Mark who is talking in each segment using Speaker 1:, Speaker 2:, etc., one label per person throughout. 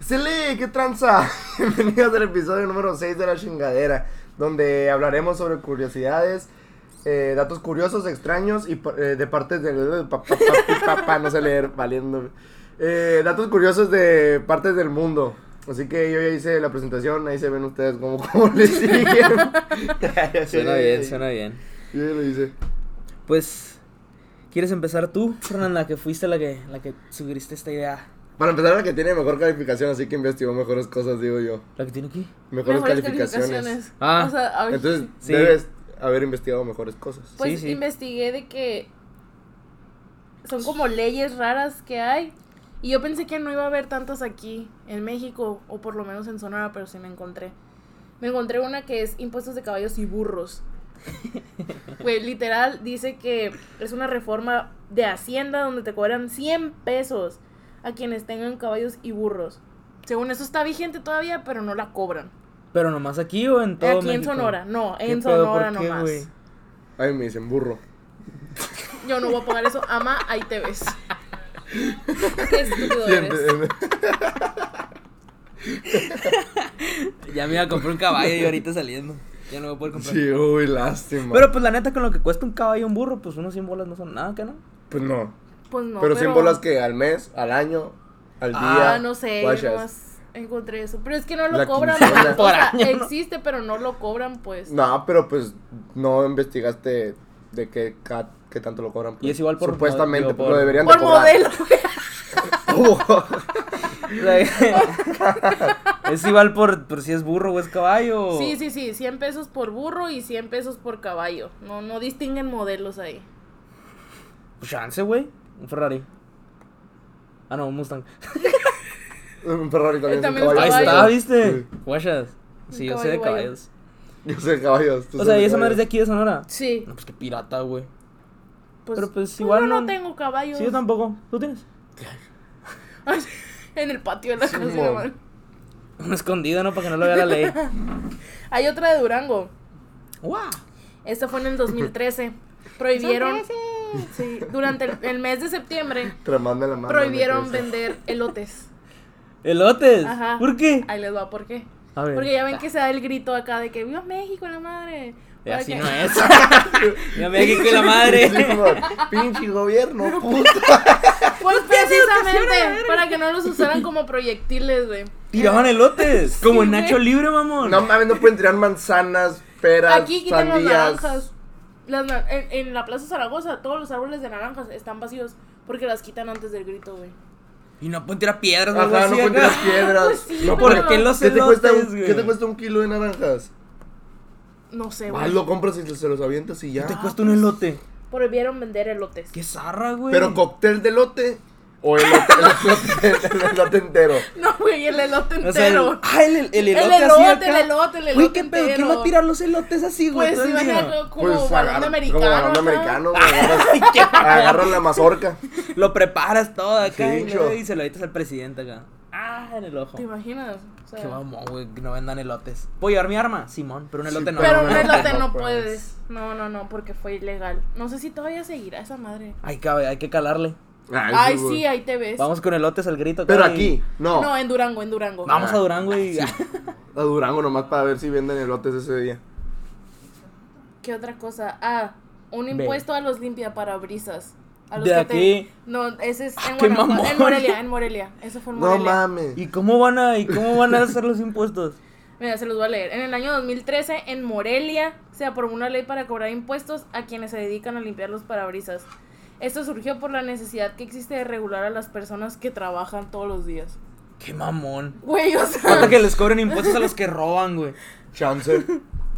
Speaker 1: Silly, ¿qué tranza? Bienvenidos al episodio número 6 de La Chingadera, donde hablaremos sobre curiosidades, eh, datos curiosos, extraños y pa- eh, de parte del... pa- pa- pa- pa- pa- no sé leer, valiendo. Eh, datos curiosos de partes del mundo. Así que yo ya hice la presentación, ahí se ven ustedes cómo, cómo les dije.
Speaker 2: Suena bien, suena bien.
Speaker 1: Yo ya lo hice.
Speaker 2: Pues, ¿quieres empezar tú, Fernanda? Que fuiste la que, la que sugeriste esta idea.
Speaker 1: Para empezar, la que tiene mejor calificación, así que investigó mejores cosas, digo yo.
Speaker 2: ¿La que tiene aquí?
Speaker 1: Mejores, calificaciones.
Speaker 2: Ah,
Speaker 3: o sea, ahorita-
Speaker 1: Entonces,
Speaker 2: Sí.
Speaker 1: debes haber investigado mejores cosas.
Speaker 3: pues
Speaker 2: sí, sí.
Speaker 3: investigué de que son como leyes raras que hay. Y yo pensé que no iba a haber tantas aquí en México, o por lo menos en Sonora, pero sí me encontré. Me encontré una que es impuestos de caballos y burros. Güey, literal, dice que es una reforma de Hacienda donde te cobran 100 pesos a quienes tengan caballos y burros. Según eso está vigente todavía, pero no la cobran.
Speaker 2: ¿Pero nomás aquí o en todo
Speaker 3: Aquí en
Speaker 2: México?
Speaker 3: Sonora, no,
Speaker 2: ¿Qué
Speaker 3: en
Speaker 2: pedo?
Speaker 3: Sonora
Speaker 2: ¿Por qué,
Speaker 3: nomás.
Speaker 2: güey?
Speaker 1: Ay, me dicen burro.
Speaker 3: Yo no voy a pagar eso. Ama, ahí te ves. Qué estúpido eres.
Speaker 1: Siente-
Speaker 2: Ya me iba a comprar un caballo y ahorita saliendo. Ya no voy a poder comprar.
Speaker 1: Sí, uy, lástima.
Speaker 2: Pero pues la neta, con lo que cuesta un caballo y un burro, pues unos 100 bolas no son nada, ¿qué no?
Speaker 1: pues no.
Speaker 3: Pues no.
Speaker 1: pero 100 bolas que al mes, al año, al
Speaker 2: Ah,
Speaker 1: día.
Speaker 3: Ah, no sé.
Speaker 1: guachas.
Speaker 3: Yo nomás encontré eso. Pero es que no lo
Speaker 1: La
Speaker 3: cobran.
Speaker 1: quincena.
Speaker 3: pues, o
Speaker 2: Por
Speaker 3: sea,
Speaker 2: año, ¿no?
Speaker 3: Existe, pero no lo cobran, pues.
Speaker 1: No, pero pues no investigaste de qué, ca- qué tanto lo cobran. pues.
Speaker 2: Y es igual por
Speaker 1: Supuestamente, pues,
Speaker 2: mod- digo,
Speaker 1: lo
Speaker 2: por-
Speaker 1: deberían
Speaker 3: Por
Speaker 1: de cobrar.
Speaker 3: modelo. güey.
Speaker 2: O sea, es igual por, por si es burro o es caballo. o-
Speaker 3: Sí, sí, sí. 100 pesos por burro y 100 pesos por caballo. No, no distinguen modelos ahí.
Speaker 2: Pues chance, güey. Un Ferrari. Ah, no, un Mustang.
Speaker 1: Un Ferrari también, es un
Speaker 3: También es
Speaker 1: caballo.
Speaker 2: Ahí
Speaker 3: Caballo.
Speaker 2: está, ¿viste?
Speaker 1: Sí.
Speaker 2: Guachas. Sí, yo sé de
Speaker 3: Caballo, guayo.
Speaker 2: caballos.
Speaker 1: Yo sé de caballos. tú
Speaker 2: O
Speaker 1: sabes
Speaker 2: sea,
Speaker 1: de
Speaker 2: ¿y esa madre es de
Speaker 1: caballos.
Speaker 2: aquí de Sonora?
Speaker 3: Sí.
Speaker 2: No, pues qué pirata, güey.
Speaker 3: Pues,
Speaker 2: Pero pues igual
Speaker 3: yo no,
Speaker 2: no-
Speaker 3: tengo caballos.
Speaker 2: Sí, yo tampoco. ¿Tú tienes?
Speaker 3: En el patio de la casa.
Speaker 1: Simón.
Speaker 3: güey.
Speaker 2: Una escondida, ¿no? Para que no lo vea la ley.
Speaker 3: Hay otra de Durango.
Speaker 2: ¡Guau!
Speaker 3: Esta fue en el 2013. Prohibieron. Sí, durante el, el mes de septiembre
Speaker 1: Te la manda la mano.
Speaker 3: prohibieron
Speaker 1: vender.
Speaker 3: vender elotes.
Speaker 2: ¡Elotes!
Speaker 3: Ajá.
Speaker 2: ¿Por qué?
Speaker 3: Ahí les va por qué.
Speaker 2: A ver.
Speaker 3: Porque ya ven que se da el grito acá de que viva México, la madre.
Speaker 2: Eh,
Speaker 3: Para
Speaker 2: Así
Speaker 3: que-
Speaker 2: no es. Ya me dije que la madre.
Speaker 1: Pinche gobierno, puta.
Speaker 3: Pues precisamente
Speaker 2: verga?
Speaker 3: para que no los usaran como proyectiles, güey.
Speaker 2: Tiraban elotes. Como en
Speaker 3: güey.
Speaker 2: Nacho Libre, mamón.
Speaker 1: No mames, no pueden tirar manzanas, peras,
Speaker 3: Aquí quitan las
Speaker 1: sandías.
Speaker 3: naranjas. Las na- en, en la Plaza Zaragoza todos los árboles de naranjas están vacíos porque las quitan antes del grito, güey.
Speaker 2: Y no pueden tirar piedras, o algo
Speaker 1: Ajá,
Speaker 2: así
Speaker 1: no pueden
Speaker 2: acá.
Speaker 1: tirar piedras.
Speaker 3: Pues sí,
Speaker 1: no
Speaker 2: ¿Por
Speaker 1: pueden-
Speaker 2: qué los
Speaker 1: ¿Qué te, cuesta
Speaker 2: elotes,
Speaker 1: un,
Speaker 2: güey?
Speaker 1: ¿Qué te cuesta un kilo de naranjas?
Speaker 3: No sé,
Speaker 1: Ah,
Speaker 3: güey.
Speaker 1: lo compras y se los avientas y ya.
Speaker 2: ¿Te cuesta un elote?
Speaker 3: Prohibieron vender elotes.
Speaker 2: ¡Qué zarra, güey!
Speaker 1: Pero cóctel de lote o elote, el elote, el elote entero.
Speaker 3: No, güey, el elote entero.
Speaker 2: O sea, el- ah, el, el,
Speaker 3: El
Speaker 2: elote así
Speaker 3: elote,
Speaker 2: acá.
Speaker 3: el elote, el elote
Speaker 2: Güey, qué pedo, ¿quién
Speaker 3: entero.
Speaker 2: va a tirar los elotes así, güey?
Speaker 3: Pues
Speaker 2: todo el día?
Speaker 3: imagínate como
Speaker 1: Pues
Speaker 3: balón
Speaker 1: agarra-
Speaker 3: americano.
Speaker 1: Como balón
Speaker 3: acá.
Speaker 1: americano, güey, agarras-
Speaker 2: Ay, qué
Speaker 1: Agarras la mazorca.
Speaker 2: Lo preparas todo acá
Speaker 1: Sí,
Speaker 2: y, luego-
Speaker 1: yo.
Speaker 2: y se lo editas al presidente acá. Ah, en el ojo.
Speaker 3: ¿Te imaginas? O sea,
Speaker 2: Qué mamón, güey, que no vendan elotes. ¿Puedo llevar mi arma? Simón, pero un elote no.
Speaker 3: pero
Speaker 2: no,
Speaker 3: un
Speaker 2: no, no.
Speaker 3: elote no,
Speaker 1: no puedes.
Speaker 3: puedes. No, no, no, porque fue ilegal. No sé si todavía seguirá esa madre.
Speaker 2: Ay, cabe, hay que calarle.
Speaker 3: Ay,
Speaker 1: güey.
Speaker 3: sí, ahí te ves.
Speaker 2: Vamos con elotes al grito.
Speaker 1: Pero
Speaker 2: cabe, y-
Speaker 1: aquí, Ah, no.
Speaker 3: No, en Durango, en Durango.
Speaker 2: Vamos a Durango y.
Speaker 1: A Durango nomás para ver si venden elotes ese día.
Speaker 3: ¿Qué otra cosa? Ah, un
Speaker 2: Ve.
Speaker 3: impuesto a los limpiaparabrisas. A los
Speaker 2: De
Speaker 3: que
Speaker 2: aquí.
Speaker 3: Te... No, ese es
Speaker 2: Ah,
Speaker 3: en,
Speaker 2: qué
Speaker 3: Guanajuato.
Speaker 2: mamón.
Speaker 3: en Morelia, en Morelia. Eso fue en
Speaker 1: No
Speaker 3: Morelia.
Speaker 1: mames.
Speaker 2: ¿Y cómo van a, y cómo van a hacer los impuestos?
Speaker 3: Mira, se los voy a leer. En el año 2013, en Morelia, se aprobó una ley para cobrar impuestos a quienes se dedican a limpiar los parabrisas. Esto surgió por la necesidad que existe de regular a las personas que trabajan todos los días.
Speaker 2: Qué mamón.
Speaker 3: Güey, o
Speaker 2: Falta
Speaker 3: sea,
Speaker 2: que les cobren impuestos a los que roban, güey.
Speaker 1: Chance.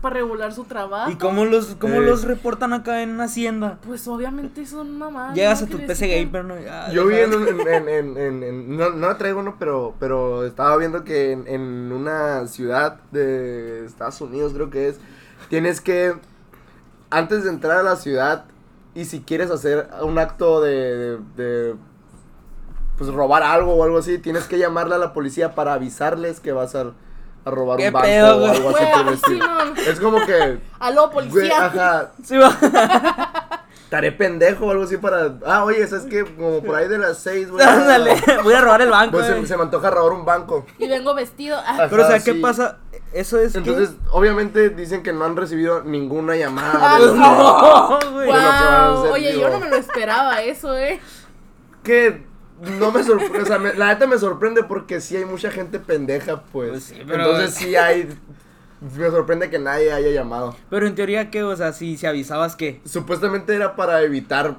Speaker 3: para regular su trabajo.
Speaker 2: ¿Y cómo los, cómo
Speaker 1: Eh.
Speaker 2: los reportan acá en Hacienda?
Speaker 3: Pues obviamente son mamadas.
Speaker 2: Llegas
Speaker 3: Ah,
Speaker 2: a
Speaker 3: ¿no? que
Speaker 2: tu
Speaker 3: les
Speaker 2: PC
Speaker 3: quitan-
Speaker 2: Gamer, ¿no? Ah,
Speaker 1: Yo vi
Speaker 2: deja-
Speaker 1: en, un- en- en- en- en- no, no la traigo uno, pero, pero estaba viendo que en, en una ciudad de Estados Unidos, creo que es, tienes que, antes de entrar a la ciudad, y si quieres hacer un acto de, de- de, pues robar algo o algo así, tienes que llamarle a la policía para avisarles que vas a, a robar
Speaker 2: ¿Qué
Speaker 1: un banco
Speaker 2: pedo,
Speaker 1: o
Speaker 2: güey?
Speaker 1: algo así.
Speaker 3: Güey,
Speaker 1: tienes que-
Speaker 3: sí, no.
Speaker 1: Es como que,
Speaker 3: Aló,
Speaker 1: güey,
Speaker 3: policía.
Speaker 1: ajá,
Speaker 2: Sí, va.
Speaker 1: estaré pendejo o algo así para. Ah, oye, ¿sabes qué? Como por ahí de las seis, voy a-
Speaker 2: Ándale, voy a robar el banco.
Speaker 1: Pues
Speaker 2: eh.
Speaker 1: se, se me antoja robar un banco.
Speaker 3: Y vengo vestido. ah,
Speaker 1: Ah,
Speaker 2: Pero, o sea,
Speaker 1: Ajá,
Speaker 2: ¿qué
Speaker 1: sí.
Speaker 2: pasa? Eso es. que-
Speaker 1: Entonces, obviamente dicen que no han recibido ninguna llamada.
Speaker 3: Ah,
Speaker 1: de los-
Speaker 2: No, güey.
Speaker 1: lo que van a
Speaker 3: wow.
Speaker 1: hacer,
Speaker 3: Oye,
Speaker 1: digo.
Speaker 3: yo no me lo esperaba eso, eh.
Speaker 1: Que no me sorprende. O sea, me- la neta me sorprende porque sí hay mucha gente pendeja, pues.
Speaker 2: Pues sí, pero-
Speaker 1: Entonces sí hay. Me sorprende que nadie haya llamado.
Speaker 2: Pero en teoría, ¿qué? O sea, si, si avisabas que.
Speaker 1: Supuestamente era para evitar.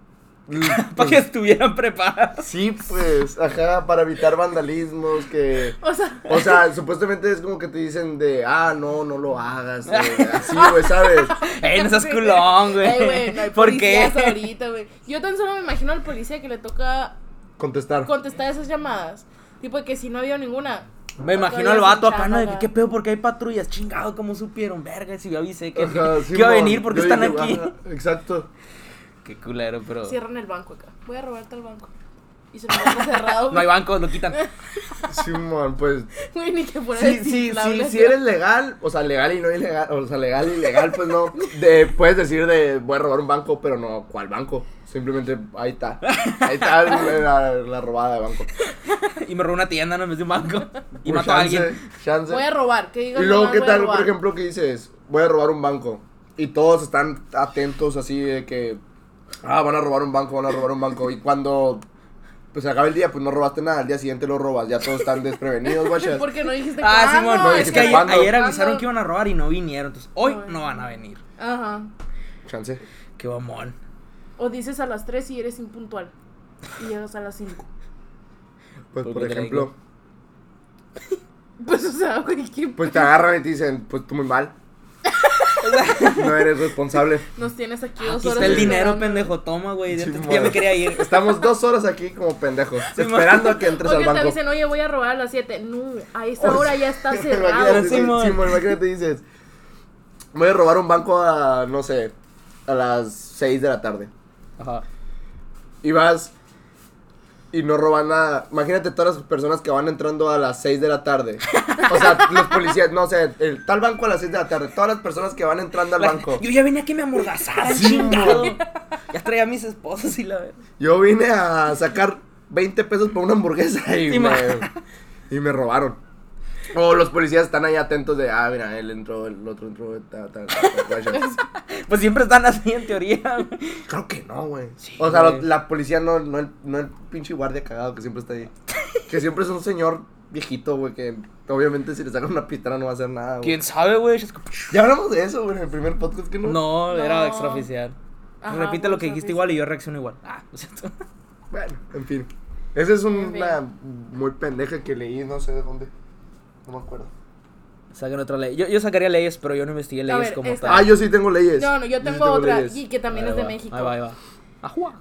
Speaker 1: pues,
Speaker 2: Para que estuvieran preparados.
Speaker 1: Sí, pues, ajá, para evitar vandalismos, que...
Speaker 3: O sea,
Speaker 1: O sea, supuestamente es como que te dicen de, ah, no, no lo hagas, eh, así, güey, ¿sabes?
Speaker 2: ¡Ey, no seas culón, güey!
Speaker 3: Ay, güey, no hay
Speaker 2: ¿Por qué?
Speaker 3: policías ahorita, güey. Yo tan solo me imagino al policía que le toca
Speaker 1: Contestar.
Speaker 3: contestar esas llamadas. Tipo que si no había ninguna.
Speaker 2: Me imagino al vato acá, ¿no? De que, ¿Qué pedo? porque hay patrullas? Chingado, ¿cómo supieron? Verga, si yo avisé que,
Speaker 1: Ajá,
Speaker 2: que
Speaker 1: sí,
Speaker 2: iba a
Speaker 1: no,
Speaker 2: venir porque
Speaker 1: yo
Speaker 2: están
Speaker 1: dije,
Speaker 2: aquí.
Speaker 1: ajá, exacto.
Speaker 2: Qué culero, pero.
Speaker 3: Cierran el banco acá. Voy a robarte el banco. Y se lo dejan cerrado,
Speaker 2: No hay
Speaker 3: güey.
Speaker 2: bancos, lo quitan.
Speaker 1: Simón, pues...
Speaker 3: Güey, ni que fuera
Speaker 1: Sí, sí, sí,
Speaker 3: desinflable
Speaker 1: si
Speaker 3: acá.
Speaker 1: eres legal, o sea, legal y no ilegal, o sea, legal y legal, pues no, de- puedes decir de, voy a robar un banco, pero no, ¿cuál banco? Simplemente, ahí está, ahí está la, la robada de banco.
Speaker 2: Y me robó una tienda, no me dio un banco. Y
Speaker 1: Por
Speaker 2: mató
Speaker 1: chance,
Speaker 2: a alguien.
Speaker 1: chance.
Speaker 3: Voy a robar. Que digas,
Speaker 1: Y luego,
Speaker 3: nomás
Speaker 1: ¿qué
Speaker 3: voy a
Speaker 1: tal, por
Speaker 3: robar.
Speaker 1: ejemplo, que dices, voy a robar un banco? Y todos están atentos así de que, ah, van a robar un banco, van a robar un banco. Y cuando pues, se acaba el día, pues no robaste nada, al día siguiente lo robas, ya todos están desprevenidos, guachas.
Speaker 3: Porque no dijiste
Speaker 2: Ah,
Speaker 3: cuándo,
Speaker 2: Simón,
Speaker 1: no,
Speaker 2: es que ayer,
Speaker 1: ¿cuándo?
Speaker 2: ayer
Speaker 3: ¿Cuándo?
Speaker 2: avisaron que iban a robar y no vinieron. Entonces, hoy
Speaker 3: Ay.
Speaker 2: no van a venir.
Speaker 3: Ajá.
Speaker 1: Chance. Pues,
Speaker 2: Qué mamón.
Speaker 3: O dices a las 3 y eres impuntual. Y llegas a las 5.
Speaker 1: Pues,
Speaker 2: Porque
Speaker 1: por
Speaker 2: traigo.
Speaker 1: ejemplo,
Speaker 3: Pues, o sea, güey, ¿qué
Speaker 1: pues te agarran y te dicen, pues tú muy mal. no eres responsable.
Speaker 3: Nos tienes aquí dos
Speaker 2: Ah, Aquí
Speaker 3: horas.
Speaker 2: está el dinero,
Speaker 3: esperando.
Speaker 2: pendejo. Toma, güey. ya te-
Speaker 1: Simón.
Speaker 2: Ya me quería ir.
Speaker 1: Estamos dos horas aquí como pendejos,
Speaker 2: Simón.
Speaker 1: esperando a que entres
Speaker 3: O que
Speaker 1: al
Speaker 3: te
Speaker 1: banco.
Speaker 3: dicen, oye, voy a robar a las 7. No, a esa hora ya
Speaker 1: Ah,
Speaker 3: está cerrado.
Speaker 1: Imagínate,
Speaker 2: Sí, Simón.
Speaker 1: Simón, imagínate, dices, voy a robar un banco a, no sé, a las 6 de la tarde.
Speaker 2: Ajá.
Speaker 1: Y vas y no roban nada. Imagínate todas las personas que van entrando a las 6 de la tarde. O sea, los policías, no sé, el tal banco a las 6 de la tarde. Todas las personas que van entrando al
Speaker 2: La-
Speaker 1: banco.
Speaker 2: Yo ya venía aquí me amordazara, chingado. Ya traía a mis esposas y la verdad.
Speaker 1: Yo vine a sacar 20 pesos por una hamburguesa y,
Speaker 2: Sí,
Speaker 1: me,
Speaker 2: ma.
Speaker 1: y me robaron. O los policías están ahí atentos de, ah, mira, él entró, el otro entró, ta, ta, ta, guayas".
Speaker 2: Pues siempre están así en teoría.
Speaker 1: Creo que no, güey.
Speaker 2: Sí,
Speaker 1: o sea, lo-
Speaker 2: güey.
Speaker 1: la policía no, no, el, no el pinche guardia cagado que siempre está ahí. que siempre es un señor viejito, güey, que obviamente si le sacan una pistola no va a hacer nada, güey.
Speaker 2: ¿Quién sabe, güey?
Speaker 1: Ya hablamos de eso, güey, en el primer podcast que no.
Speaker 2: No, era
Speaker 3: No.
Speaker 2: extraoficial.
Speaker 3: Ajá,
Speaker 2: Repite lo que
Speaker 3: extraoficial.
Speaker 2: dijiste igual y yo reacciono igual. Ah, lo siento.
Speaker 1: Bueno, en fin. Esa es
Speaker 3: En fin.
Speaker 1: una muy pendeja que leí, no sé de dónde. No me acuerdo.
Speaker 2: Saquen otra ley. Yo, yo sacaría leyes, pero yo no investigué
Speaker 3: A
Speaker 2: leyes
Speaker 3: ver,
Speaker 2: como
Speaker 3: esta.
Speaker 2: tal.
Speaker 1: Ah, yo sí tengo leyes.
Speaker 3: No, no, yo
Speaker 1: sí
Speaker 3: tengo otra.
Speaker 1: leyes.
Speaker 3: Y que también
Speaker 2: Ahí
Speaker 3: es de
Speaker 2: va,
Speaker 3: México.
Speaker 2: Ahí va, ahí va. Ajua.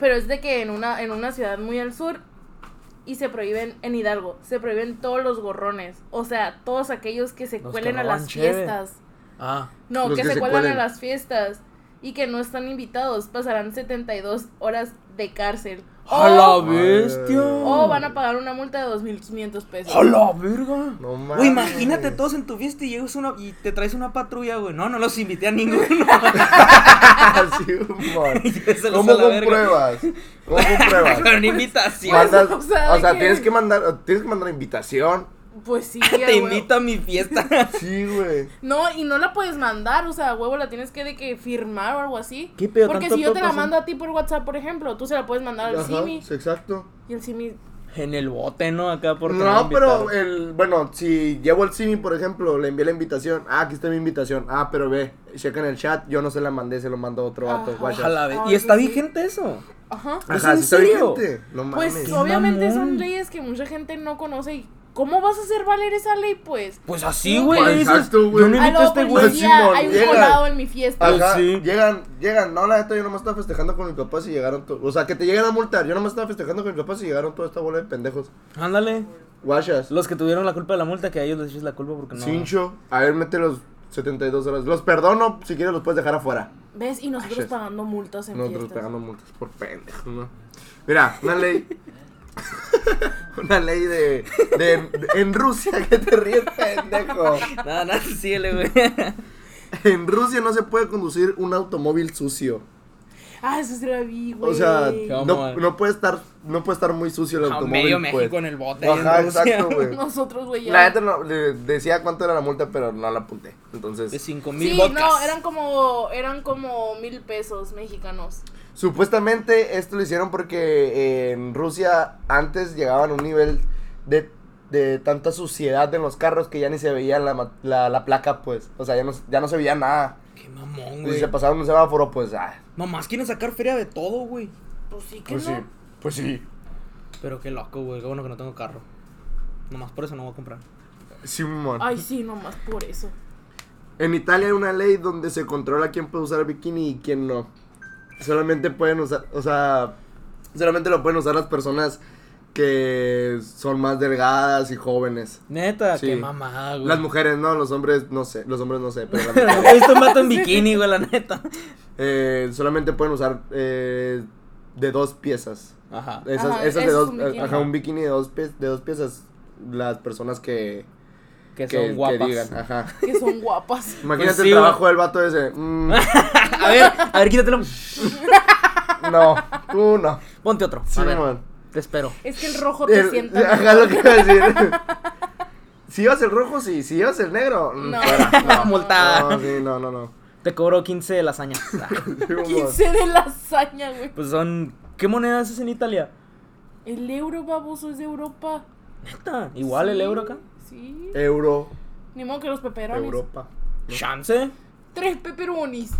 Speaker 3: Pero es de que en una, en una ciudad muy al sur y se prohíben, en Hidalgo, se prohíben todos los gorrones. O sea, todos aquellos que se
Speaker 2: Los que
Speaker 3: cuelen a
Speaker 2: roban
Speaker 3: las
Speaker 2: cheve.
Speaker 3: fiestas.
Speaker 2: Ah.
Speaker 3: No,
Speaker 1: Los
Speaker 3: que,
Speaker 1: que
Speaker 3: se,
Speaker 1: se
Speaker 3: cuelan
Speaker 1: cuelen.
Speaker 3: a las fiestas y que no están invitados pasarán 72 horas de cárcel.
Speaker 2: ¡A la
Speaker 3: O,
Speaker 2: bestia!
Speaker 3: o Oh. van a pagar una multa de 2.500 pesos.
Speaker 2: ¡A la verga!
Speaker 1: No mames.
Speaker 2: Güey, imagínate todos en tu fiesta y llegas una y te traes una patrulla, güey. No, no los invité a ninguno.
Speaker 1: Sí, humor.
Speaker 2: Lléveselos
Speaker 1: ¿Cómo
Speaker 2: a la verga.
Speaker 1: compruebas? ¿Cómo compruebas?
Speaker 2: Con invitación.
Speaker 1: Mandas-
Speaker 3: o
Speaker 1: o
Speaker 3: sea,
Speaker 1: sea,
Speaker 3: que-
Speaker 1: tienes que mandar, tienes que mandar invitación.
Speaker 3: Pues sí, a
Speaker 2: Te
Speaker 3: huevo.
Speaker 2: invito a mi fiesta.
Speaker 1: Sí, güey.
Speaker 3: No, y no la puedes mandar, o sea, a huevo, la tienes que de que firmar o algo así.
Speaker 2: ¿Qué pedo?
Speaker 3: Porque
Speaker 2: ¿Tanto
Speaker 3: si yo te la
Speaker 2: papas, eh?
Speaker 3: mando a ti por WhatsApp, por ejemplo, tú se la puedes mandar al
Speaker 1: Ajá,
Speaker 3: Simi.
Speaker 1: sí, exacto.
Speaker 3: Y el Simi,
Speaker 2: En el bote, ¿no? Acá por
Speaker 1: No, pero eh, el, bueno, si llevo el Simi, por ejemplo, le envié la invitación. Ah, aquí está mi invitación. Ah, pero ve, checa en el chat. Yo no se la mandé, se lo mandó otro vato.
Speaker 3: Ajá.
Speaker 1: guacha.
Speaker 2: Ojalá. ve-
Speaker 3: Ay,
Speaker 2: ¿Y está
Speaker 3: sí.
Speaker 2: vigente eso?
Speaker 3: ajá.
Speaker 2: ¿Es
Speaker 1: Ajá,
Speaker 2: en
Speaker 1: sí está
Speaker 2: serio?
Speaker 1: vigente. No mames.
Speaker 3: Pues
Speaker 2: Qué
Speaker 3: obviamente son
Speaker 2: mamón.
Speaker 3: leyes que mucha gente no conoce. ¿Y cómo vas a hacer valer esa ley, pues?
Speaker 2: Pues así, güey.
Speaker 1: Pues
Speaker 2: dices,
Speaker 1: exacto, güey.
Speaker 2: Yo no invito a
Speaker 3: Aló,
Speaker 2: este güey.
Speaker 3: policía,
Speaker 1: Simón,
Speaker 3: hay un
Speaker 1: llega.
Speaker 3: colado en mi fiesta.
Speaker 2: Ah,
Speaker 1: Ajá,
Speaker 2: sí.
Speaker 1: llegan, llegan, no, la neta, yo nomás estaba festejando con mis papás y llegaron todos, o sea, que te llegan a multar, yo nomás estaba festejando con mis papás y llegaron toda esta bola de pendejos,
Speaker 2: Ándale.
Speaker 1: guachas,
Speaker 2: Los que tuvieron la culpa de la multa, que a ellos les eches la culpa porque no.
Speaker 1: cincho, a ver, mete los 72 horas, los perdono, si quieres los puedes dejar afuera,
Speaker 3: ¿Ves? Y nosotros
Speaker 1: Ay, shit.
Speaker 3: pagando multas en
Speaker 1: nosotros
Speaker 3: fiestas.
Speaker 1: pegando multas por pendejos, ¿no? Mira, una ley, una ley de, de- en Rusia, que te ríes, pendejo,
Speaker 2: Nada, nada, síguele, güey.
Speaker 1: En Rusia no se puede conducir un automóvil sucio.
Speaker 3: Ah, eso sí la vi, güey.
Speaker 1: O sea,
Speaker 2: Come
Speaker 1: no,
Speaker 2: on.
Speaker 1: no puede estar no puede estar muy sucio el
Speaker 2: A
Speaker 1: automóvil.
Speaker 2: medio
Speaker 1: pues.
Speaker 2: México en el bote. ahí en
Speaker 1: Ajá,
Speaker 2: Rusia.
Speaker 1: exacto, güey.
Speaker 3: Nosotros, güey, ya.
Speaker 1: La neta no, le decía cuánto era la multa, pero no la apunté. Entonces,
Speaker 2: De 5 mil
Speaker 3: Sí,
Speaker 2: vodkas.
Speaker 3: no, eran como, eran como mil pesos mexicanos.
Speaker 1: supuestamente esto lo hicieron porque eh, en Rusia antes llegaban a un nivel de, de tanta suciedad en los carros que ya ni se veía la, ma- la, la placa, pues. O sea, ya no, ya no se veía nada.
Speaker 2: Qué mamón,
Speaker 1: Y Si
Speaker 2: güey.
Speaker 1: se pasaron un semáforo, pues, ah,
Speaker 2: Mamás quieren sacar feria de todo, güey.
Speaker 3: Pues sí que
Speaker 1: pues
Speaker 3: no.
Speaker 1: sí, pues sí.
Speaker 2: Pero qué loco, güey. Qué bueno que no tengo carro. Nomás por eso no voy a comprar.
Speaker 1: Simón.
Speaker 3: Ay, sí, nomás por eso.
Speaker 1: En Italia hay una ley donde se controla quién puede usar bikini y quién no. Solamente pueden usar, o sea, solamente lo pueden usar las personas que son más delgadas y jóvenes.
Speaker 2: Neta,
Speaker 1: Sí.
Speaker 2: qué mamada, güey.
Speaker 1: Las mujeres, no, los hombres, no sé, los hombres no sé, pero las mujeres,
Speaker 2: He visto un vato en bikini, güey, la neta.
Speaker 1: eh, solamente pueden usar eh, de dos piezas.
Speaker 2: Ajá.
Speaker 1: Esas,
Speaker 3: Ajá,
Speaker 1: esas de
Speaker 3: eso es
Speaker 1: dos,
Speaker 3: un bikini.
Speaker 1: ajá, un bikini de dos, pie- de dos piezas, las personas que,
Speaker 2: Que,
Speaker 1: que-
Speaker 2: son
Speaker 1: que
Speaker 2: guapas. Pues
Speaker 1: digan, ajá.
Speaker 3: Que son guapas.
Speaker 1: Imagínate
Speaker 2: sí,
Speaker 1: el
Speaker 2: güey.
Speaker 1: trabajo del vato ese, mm,
Speaker 2: A ver, a ver, quítatelo.
Speaker 1: no, tú no.
Speaker 2: Ponte otro.
Speaker 1: Sí,
Speaker 2: a ver,
Speaker 1: man.
Speaker 2: te espero.
Speaker 3: Es que el rojo te
Speaker 1: El-
Speaker 3: sienta.
Speaker 1: Ajá, lo que iba a decir. si ibas el rojo, sí. Si ibas el negro, mm,
Speaker 3: No.
Speaker 1: fuera.
Speaker 2: Ah, multada.
Speaker 1: No, sí, no, no, no.
Speaker 2: Te cobro 15 de lasaña. Ah,
Speaker 1: Sí, vamos.
Speaker 3: 15 de lasaña, güey.
Speaker 2: Pues son. ¿Qué monedas es en Italia?
Speaker 3: El euro baboso es de Europa.
Speaker 2: Neta. Igual el
Speaker 3: Sí,
Speaker 2: euro acá.
Speaker 3: Sí.
Speaker 1: Euro,
Speaker 3: Ni modo que los peperonis.
Speaker 1: Europa.
Speaker 2: Chance.
Speaker 3: Tres peperonis.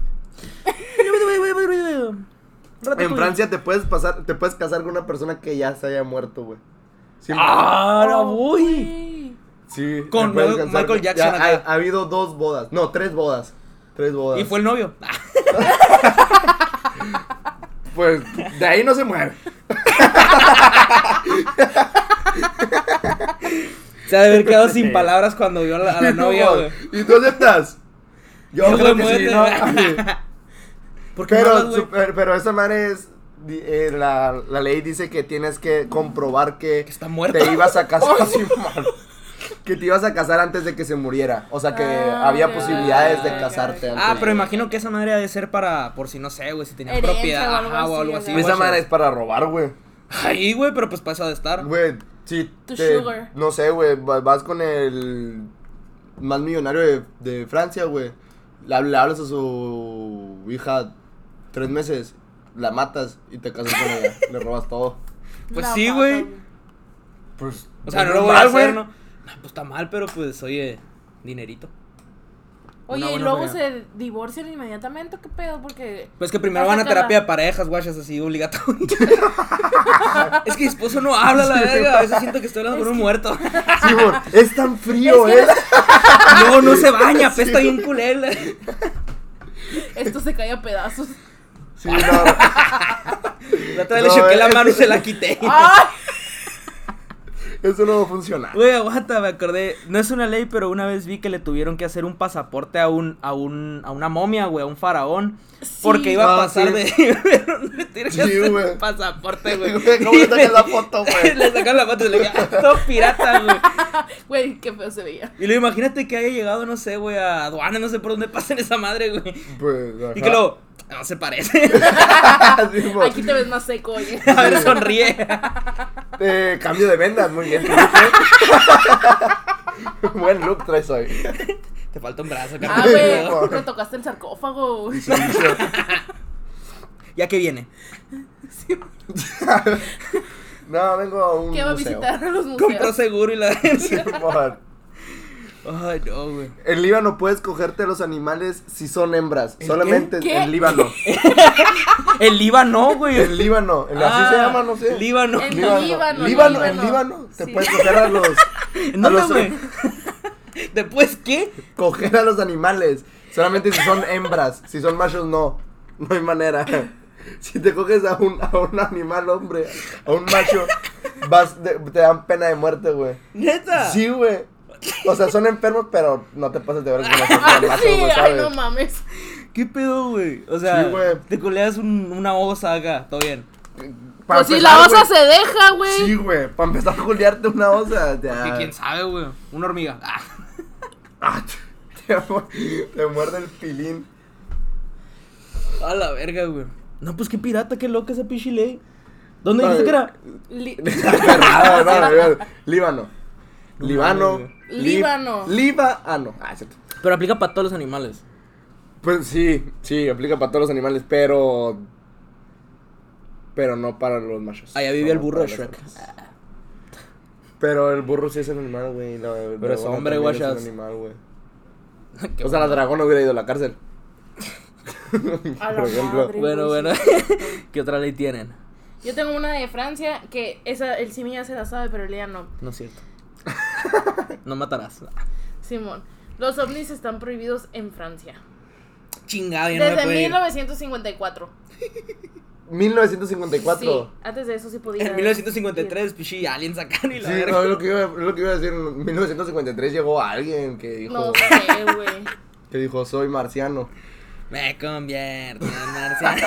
Speaker 1: En Francia te puedes pasar, te puedes casar con una persona que ya se haya muerto, güey. Sí,
Speaker 2: ¡Ahora
Speaker 3: Oh,
Speaker 2: voy!
Speaker 3: güey.
Speaker 1: sí, te
Speaker 2: Ah. Con
Speaker 1: puedes
Speaker 2: Michael-
Speaker 1: casar con-
Speaker 2: Michael Jackson
Speaker 1: ya ha,
Speaker 2: acá.
Speaker 1: ha habido dos bodas, no, tres bodas. Tres bodas.
Speaker 2: Y fue el novio. Ah,
Speaker 1: Pues de ahí no se mueve.
Speaker 2: Se ha de haber quedado sin palabras cuando vio a la, a la
Speaker 1: Y tú,
Speaker 2: novia, güey.
Speaker 1: ¿Y tú aceptas? Yo
Speaker 2: Yo,
Speaker 1: creo
Speaker 2: güey,
Speaker 1: que sí,
Speaker 2: muévete,
Speaker 1: ¿no?
Speaker 2: güey. ¿Por qué no
Speaker 1: Pero,
Speaker 2: hablas, güey?
Speaker 1: super- pero esa madre es. di- eh, la, la ley dice que tienes que comprobar que,
Speaker 2: Que está muerto.
Speaker 1: te ibas a casar. Simón. que te ibas a casar antes de que se muriera. O sea que
Speaker 3: Ah,
Speaker 1: había
Speaker 3: ya,
Speaker 1: posibilidades
Speaker 3: ya,
Speaker 1: de casarte
Speaker 3: ya.
Speaker 1: antes.
Speaker 2: Ah, pero imagino que esa madre ha de ser para, por si no sé, güey, si tenía
Speaker 3: Herencia
Speaker 2: propiedad
Speaker 3: o algo
Speaker 2: ajá, o algo
Speaker 3: así,
Speaker 2: así.
Speaker 1: Pues Esa
Speaker 2: guacha.
Speaker 1: madre es para robar, güey.
Speaker 2: Ahí, güey, pero pues para eso ha de estar.
Speaker 1: Güey, sí.
Speaker 3: Tu
Speaker 1: te-
Speaker 3: sugar.
Speaker 1: No sé, güey. va- Vas con el más millonario de, de Francia, güey. Le, hab- le hablas a su hija tres meses. La matas y te casas con ella. le robas todo.
Speaker 2: Pues
Speaker 3: La
Speaker 2: sí,
Speaker 3: mata,
Speaker 2: güey.
Speaker 1: Pues.
Speaker 2: O sea, no lo voy a
Speaker 1: normal,
Speaker 2: hacer,
Speaker 1: güey.
Speaker 2: ¿no? Ah, Pues está mal, pero pues, oye, dinerito. Una
Speaker 3: Oye, y
Speaker 2: buena
Speaker 3: luego
Speaker 2: amiga.
Speaker 3: se divorcian inmediatamente, ¿qué pedo? Porque.
Speaker 2: Pues que primero van a
Speaker 3: Sácala.
Speaker 2: terapia de parejas, guachas, así obligatorio. es que mi esposo no habla, la verga. A veces siento que estoy hablando con un muerto.
Speaker 1: Simón, es tan frío, ¿eh?
Speaker 2: No, no se baña, apesta bien culera.
Speaker 3: Esto se cae a pedazos.
Speaker 1: Sí, no.
Speaker 2: La otra vez le
Speaker 1: No,
Speaker 2: choqué la
Speaker 1: eh.
Speaker 2: mano y se la quité.
Speaker 3: ¡Ay!
Speaker 1: Eso no funciona.
Speaker 2: Güey, aguanta, me acordé. No es una ley, pero una vez vi que le tuvieron que hacer un pasaporte a un, a un, a una momia, güey, a un faraón. Porque
Speaker 3: Sí.
Speaker 2: iba a
Speaker 1: Ah,
Speaker 2: pasar
Speaker 1: sí.
Speaker 2: de. pero no le tiene que
Speaker 1: Sí,
Speaker 2: hacer
Speaker 1: güey.
Speaker 2: un pasaporte, güey.
Speaker 1: Güey, ¿Cómo le sacas la foto, güey?
Speaker 2: le sacaron la foto y le dije, todo pirata, güey.
Speaker 3: Güey, qué feo se veía.
Speaker 2: Y luego imagínate que haya llegado, no sé, güey, a aduana, no sé por dónde pasen esa madre, güey.
Speaker 1: Pues, ajá.
Speaker 2: Y que luego, no se parece.
Speaker 1: Simón,
Speaker 3: Aquí te ves más seco, oye.
Speaker 2: a ver, sonríe.
Speaker 1: eh, cambio de vendas, muy bien. Buen look traes hoy.
Speaker 2: Te falta un brazo,
Speaker 3: Ah,
Speaker 2: carnal.
Speaker 3: güey, te tocaste el sarcófago. güey.
Speaker 2: ya que viene.
Speaker 1: No, vengo a un
Speaker 3: ¿Qué va a
Speaker 1: museo.
Speaker 3: visitar a los museos?
Speaker 2: Compró seguro y la.
Speaker 1: Simón.
Speaker 2: Ay, no, güey.
Speaker 1: En Líbano puedes cogerte los animales si son hembras. Solamente
Speaker 3: qué?
Speaker 1: en Líbano.
Speaker 2: El Líbano, güey.
Speaker 1: En Líbano. en- Así
Speaker 2: Ah,
Speaker 1: se llama, no sé.
Speaker 2: Líbano.
Speaker 3: En
Speaker 1: Líbano,
Speaker 3: Líbano,
Speaker 1: Líbano, en
Speaker 3: Líbano.
Speaker 1: Líbano. Te
Speaker 3: Sí.
Speaker 1: puedes coger a los.
Speaker 2: ¿En dónde,
Speaker 1: a los-
Speaker 2: güey? ¿Después qué?
Speaker 1: coger a los animales. Solamente si son hembras. Si son machos, no. No hay manera. Si te coges a un, a un animal, hombre, a un macho, vas de- te dan pena de muerte, güey.
Speaker 2: ¿Neta?
Speaker 1: Sí, güey. O sea, son enfermos, pero no te pases de ver con los
Speaker 3: Ah,
Speaker 1: macho,
Speaker 3: sí,
Speaker 1: güey,
Speaker 3: ay,
Speaker 1: ¿sabes?
Speaker 3: no mames.
Speaker 2: ¿Qué pedo, güey? O sea,
Speaker 1: Sí, güey.
Speaker 2: te coleas un- una osa acá, todo bien.
Speaker 1: Para
Speaker 3: Pues si
Speaker 1: empezar,
Speaker 3: la osa
Speaker 1: ah, güey.
Speaker 3: se deja, güey.
Speaker 1: Sí, güey. Para empezar a juliarte una osa, ya.
Speaker 2: Ah. Que quién sabe, güey. Una hormiga. Ah.
Speaker 1: Ah, te te, mu- te muerde el pilín.
Speaker 2: A la verga, güey. No, pues qué pirata, qué loca esa pinche ley. ¿Dónde
Speaker 1: A
Speaker 2: dijiste que
Speaker 1: ver.
Speaker 2: era?
Speaker 3: Li-
Speaker 1: Nada, nada, nada. Líbano.
Speaker 2: No
Speaker 1: Líbano.
Speaker 2: mames,
Speaker 1: Lib-
Speaker 3: Líbano.
Speaker 1: Líbano. Ah, es cierto.
Speaker 2: Pero aplica para todos los animales.
Speaker 1: Pues sí, sí, aplica para todos los animales, pero. Pero no para los machos.
Speaker 2: Allá vivía
Speaker 1: No,
Speaker 2: el
Speaker 1: no
Speaker 2: burro de
Speaker 1: para los
Speaker 2: Shrek.
Speaker 1: hembras. Pero el burro sí es el animal, güey. la dragona
Speaker 2: es
Speaker 1: también
Speaker 2: hombre,
Speaker 1: es un
Speaker 2: guachas.
Speaker 1: animal, güey.
Speaker 2: Qué
Speaker 1: O sea, la dragona hubiera ido a la cárcel.
Speaker 3: A la
Speaker 1: Por ejemplo.
Speaker 3: madre,
Speaker 2: Bueno,
Speaker 3: güey,
Speaker 2: bueno.
Speaker 3: sí, es cierto.
Speaker 2: ¿Qué otra ley tienen?
Speaker 3: Yo tengo una de Francia que esa, el Simi ya se la sabe, pero el ya no.
Speaker 2: No es cierto. No matarás. Ah,
Speaker 3: Simón. Los ovnis están prohibidos en Francia.
Speaker 2: Chingado, ya no me
Speaker 3: Desde
Speaker 2: puedo ir.
Speaker 3: 1954.
Speaker 1: 1954.
Speaker 3: Sí, antes de eso sí podía.
Speaker 2: En 1953, pichi, aliens sacaron y
Speaker 1: Sí,
Speaker 2: la verga.
Speaker 1: no, es lo que, iba, es lo que iba a decir. En 1953 llegó alguien que dijo,
Speaker 3: No sé, güey.
Speaker 1: que dijo soy marciano.
Speaker 2: Me convierto en marciano.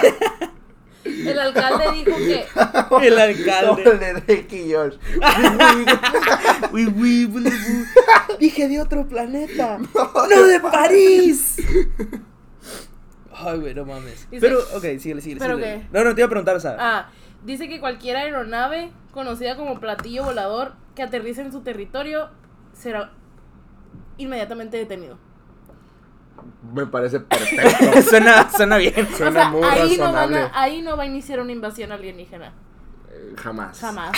Speaker 3: El alcalde dijo que.
Speaker 2: El alcalde.
Speaker 1: Sobre Drake y Josh.
Speaker 2: Uy, uy, bulu, bu. Dije de otro planeta. No, de París. Ay, güey, no mames.
Speaker 3: Dice-
Speaker 2: Pero, ok, síguele, síguele.
Speaker 3: ¿Pero
Speaker 2: síguele.
Speaker 3: qué?
Speaker 2: No, no, te iba a preguntar, o sea.
Speaker 3: Ah, dice que cualquier aeronave conocida como platillo volador que aterrice en su territorio será inmediatamente detenido.
Speaker 1: Me parece perfecto.
Speaker 2: suena, suena bien.
Speaker 1: Suena
Speaker 3: o sea,
Speaker 1: muy
Speaker 3: ahí no, van
Speaker 1: razonable.
Speaker 3: a- ahí no va a iniciar una invasión alienígena.
Speaker 1: Eh, Jamás.
Speaker 3: Jamás.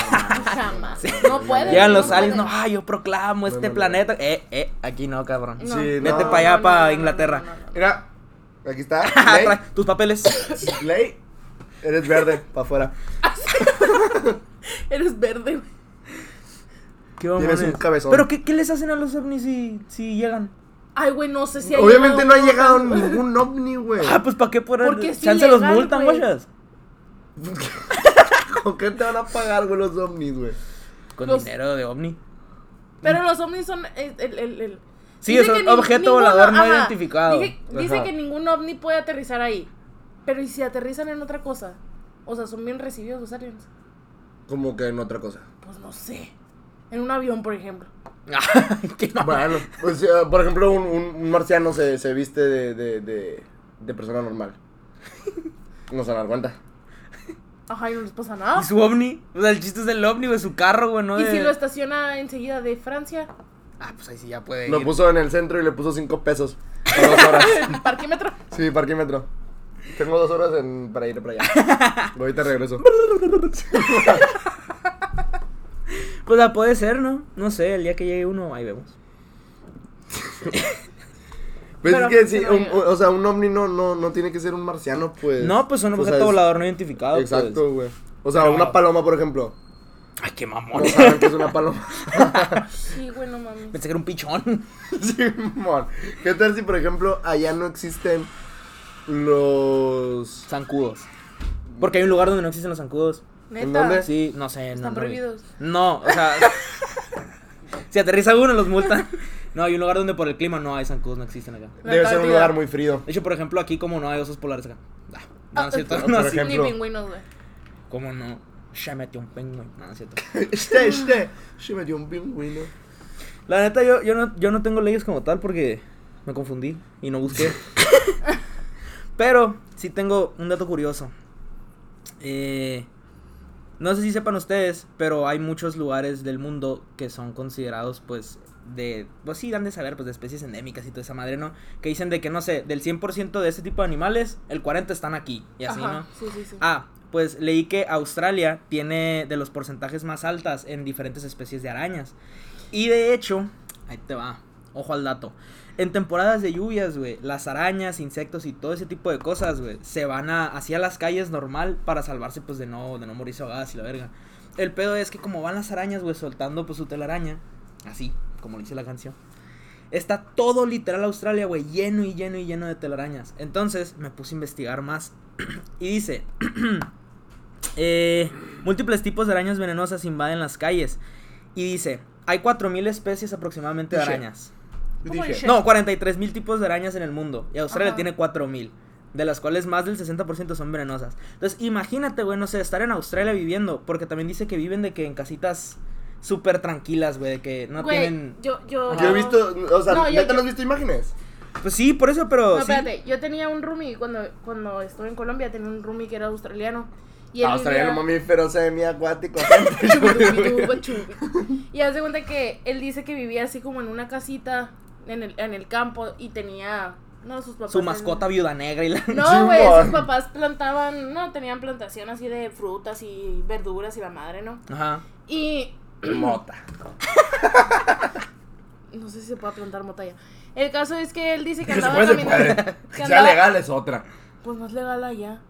Speaker 3: Jamás. No puede.
Speaker 2: Llegan los
Speaker 3: no
Speaker 2: aliens,
Speaker 3: puede.
Speaker 2: no, ay, yo proclamo este
Speaker 1: no, no.
Speaker 2: planeta. Eh, eh, aquí no, cabrón.
Speaker 1: Sí,
Speaker 3: No.
Speaker 1: vete
Speaker 2: pa' allá, pa' Inglaterra.
Speaker 1: Mira, aquí está.
Speaker 2: Ah,
Speaker 1: Ley.
Speaker 2: trae Tus papeles.
Speaker 1: Ley. Eres verde, para afuera.
Speaker 3: Eres verde, güey.
Speaker 2: Qué
Speaker 1: Tienes un
Speaker 2: mamones.
Speaker 1: cabezón.
Speaker 2: Pero, ¿qué, qué les hacen a los ovnis si, si llegan?
Speaker 3: Ay, güey, no sé si ha
Speaker 1: Obviamente no ha llegado
Speaker 3: uno.
Speaker 1: ningún ovni, güey.
Speaker 2: Ah, pues, ¿para qué por
Speaker 3: Porque es
Speaker 2: Chance los
Speaker 3: ilegal,
Speaker 2: multan,
Speaker 3: güey.
Speaker 2: guachas.
Speaker 1: ¿Con qué te van a pagar, güey, los ovnis, güey?
Speaker 2: Con
Speaker 3: Los-
Speaker 2: dinero de ovni.
Speaker 3: Pero los ovnis son el... el, el, el-
Speaker 2: Sí,
Speaker 3: Dice
Speaker 2: es
Speaker 3: que
Speaker 2: un
Speaker 3: ni-
Speaker 2: objeto
Speaker 3: ninguno-
Speaker 2: volador no
Speaker 3: ajá.
Speaker 2: identificado.
Speaker 3: Dije- dice
Speaker 1: Ajá.
Speaker 3: que ningún ovni puede aterrizar ahí. Pero ¿y si aterrizan en otra cosa? O sea, son bien recibidos los aliens.
Speaker 1: Como que en otra cosa.
Speaker 3: Pues no sé. En un avión, por ejemplo.
Speaker 2: Qué mamá.
Speaker 1: Bueno, pues, eh, por ejemplo, un, un- un marciano se, se viste de, de, de, de persona normal. No se dan cuenta.
Speaker 3: Ajá, y no les pasa nada.
Speaker 2: ¿Y su ovni? O sea, el chiste es del ovni, de su carro, güey, no
Speaker 3: ¿Y
Speaker 2: de-
Speaker 3: si lo estaciona enseguida de Francia?
Speaker 2: Ah, pues ahí sí ya puede
Speaker 1: Lo
Speaker 2: ir.
Speaker 1: puso en el centro y le puso cinco pesos. Por dos horas.
Speaker 3: Parquímetro.
Speaker 1: Sí, parquímetro. Tengo dos horas en- para ir para allá. Ahorita regreso.
Speaker 2: Pues ah, puede ser, ¿no? No sé, el día que llegue uno, ahí vemos.
Speaker 1: Pues es
Speaker 3: Pero,
Speaker 1: que sí,
Speaker 3: pero
Speaker 1: un-
Speaker 3: yo-
Speaker 1: o sea, un ovni no, no, no tiene que ser un marciano, pues.
Speaker 2: No, pues un
Speaker 1: o sea,
Speaker 2: objeto
Speaker 1: es-
Speaker 2: volador no identificado. pues.
Speaker 1: Exacto, güey. O sea,
Speaker 2: Pero-
Speaker 1: una paloma, por ejemplo.
Speaker 2: Ay, qué mamón.
Speaker 1: No saben que es una paloma.
Speaker 3: Sí, güey, no mames.
Speaker 2: Pensé que era un pichón.
Speaker 1: Simón. ¿Qué tal si, por ejemplo, allá no existen los.
Speaker 2: Zancudos. Porque hay un lugar donde no existen los zancudos.
Speaker 3: Neta.
Speaker 1: ¿En dónde?
Speaker 2: Sí, no sé. no,
Speaker 3: Están
Speaker 2: no, güey.
Speaker 3: prohibidos.
Speaker 2: No, o sea. si aterriza uno, los multan. No, hay un lugar donde por el clima no hay zancudos, no existen acá.
Speaker 3: La
Speaker 1: Debe ser un
Speaker 3: Antártida.
Speaker 1: lugar muy frío.
Speaker 2: De hecho, por ejemplo, aquí como no hay osos polares acá. Ah, no, no es cierto.
Speaker 3: Ah,
Speaker 2: No,
Speaker 1: por
Speaker 2: sí.
Speaker 1: ejemplo.
Speaker 3: Ni pingüinos, güey.
Speaker 2: ¿Cómo no? Se metió un pingüino. No, no es cierto.
Speaker 1: Este, este. Se me dio un pingüino.
Speaker 2: La neta, yo, yo, no, yo no tengo leyes como tal porque me confundí y no busqué. Pero sí tengo un dato curioso. Eh, no sé si sepan ustedes, pero hay muchos lugares del mundo que son considerados, pues, de... Pues sí, dan de saber, pues, de especies endémicas y toda esa madre, ¿no? Que dicen de que, no sé, del 100% de este tipo de animales, el 40 están aquí. Y así,
Speaker 3: Ajá,
Speaker 2: ¿no?
Speaker 3: Sí, sí, sí.
Speaker 2: Ah, pues leí que Australia tiene de los porcentajes más altas en diferentes especies de arañas. Y de hecho, ahí te va, ojo al dato. En temporadas de lluvias, güey, las arañas, insectos y todo ese tipo de cosas, güey, se van a, hacia las calles normal para salvarse, pues, de no, de no morirse ahogadas y la verga. El pedo es que como van las arañas, güey, soltando, pues, su telaraña, así, como lo dice la canción, Está todo literal Australia, güey, lleno y lleno y lleno de telarañas. Entonces me puse a investigar más. y dice, eh, múltiples tipos de arañas venenosas invaden las calles. Y dice, hay 4.000 especies aproximadamente de
Speaker 1: Shit.
Speaker 2: arañas.
Speaker 3: ¿Cómo
Speaker 1: Dije,
Speaker 3: dice?
Speaker 2: No, 43.000 tipos de arañas en el mundo. Y Australia
Speaker 3: Ajá.
Speaker 2: tiene 4.000. De las cuales más del 60% son venenosas. Entonces, imagínate, güey, no sé, estar en Australia viviendo. Porque también dice que viven de que en casitas súper tranquilas, güey, de que no
Speaker 3: Güey,
Speaker 2: tienen...
Speaker 3: yo, yo...
Speaker 1: Yo he visto. O sea,
Speaker 3: Ah. No, yo-
Speaker 1: ¿neta
Speaker 3: yo-
Speaker 1: no has visto imágenes?
Speaker 2: Pues sí, por eso, pero.
Speaker 3: No,
Speaker 2: sí.
Speaker 3: espérate, yo tenía un roomie cuando, cuando estuve en Colombia, tenía un roomie que era australiano. Y él
Speaker 1: Ah, Australiano
Speaker 3: vivía-
Speaker 1: mamífero semiacuático.
Speaker 3: Chubidubidu, chubidubidu. y hace cuenta que él dice que vivía así como en una casita en el, en el campo y tenía. No, sus papás.
Speaker 2: Su
Speaker 3: eran-
Speaker 2: mascota viuda negra y la.
Speaker 3: No, güey,
Speaker 1: Chingón.
Speaker 3: sus papás plantaban. No, tenían plantación así de frutas y verduras y la madre, ¿no?
Speaker 2: Ajá.
Speaker 3: Y
Speaker 1: Mota.
Speaker 3: No sé si se puede plantar mota ya. El caso es que él dice que
Speaker 1: Que se
Speaker 3: andaba
Speaker 1: puede, se
Speaker 3: caminando.
Speaker 1: puede.
Speaker 3: que
Speaker 1: Que sea
Speaker 3: andaba-
Speaker 1: legal es otra.
Speaker 3: Pues no es legal allá.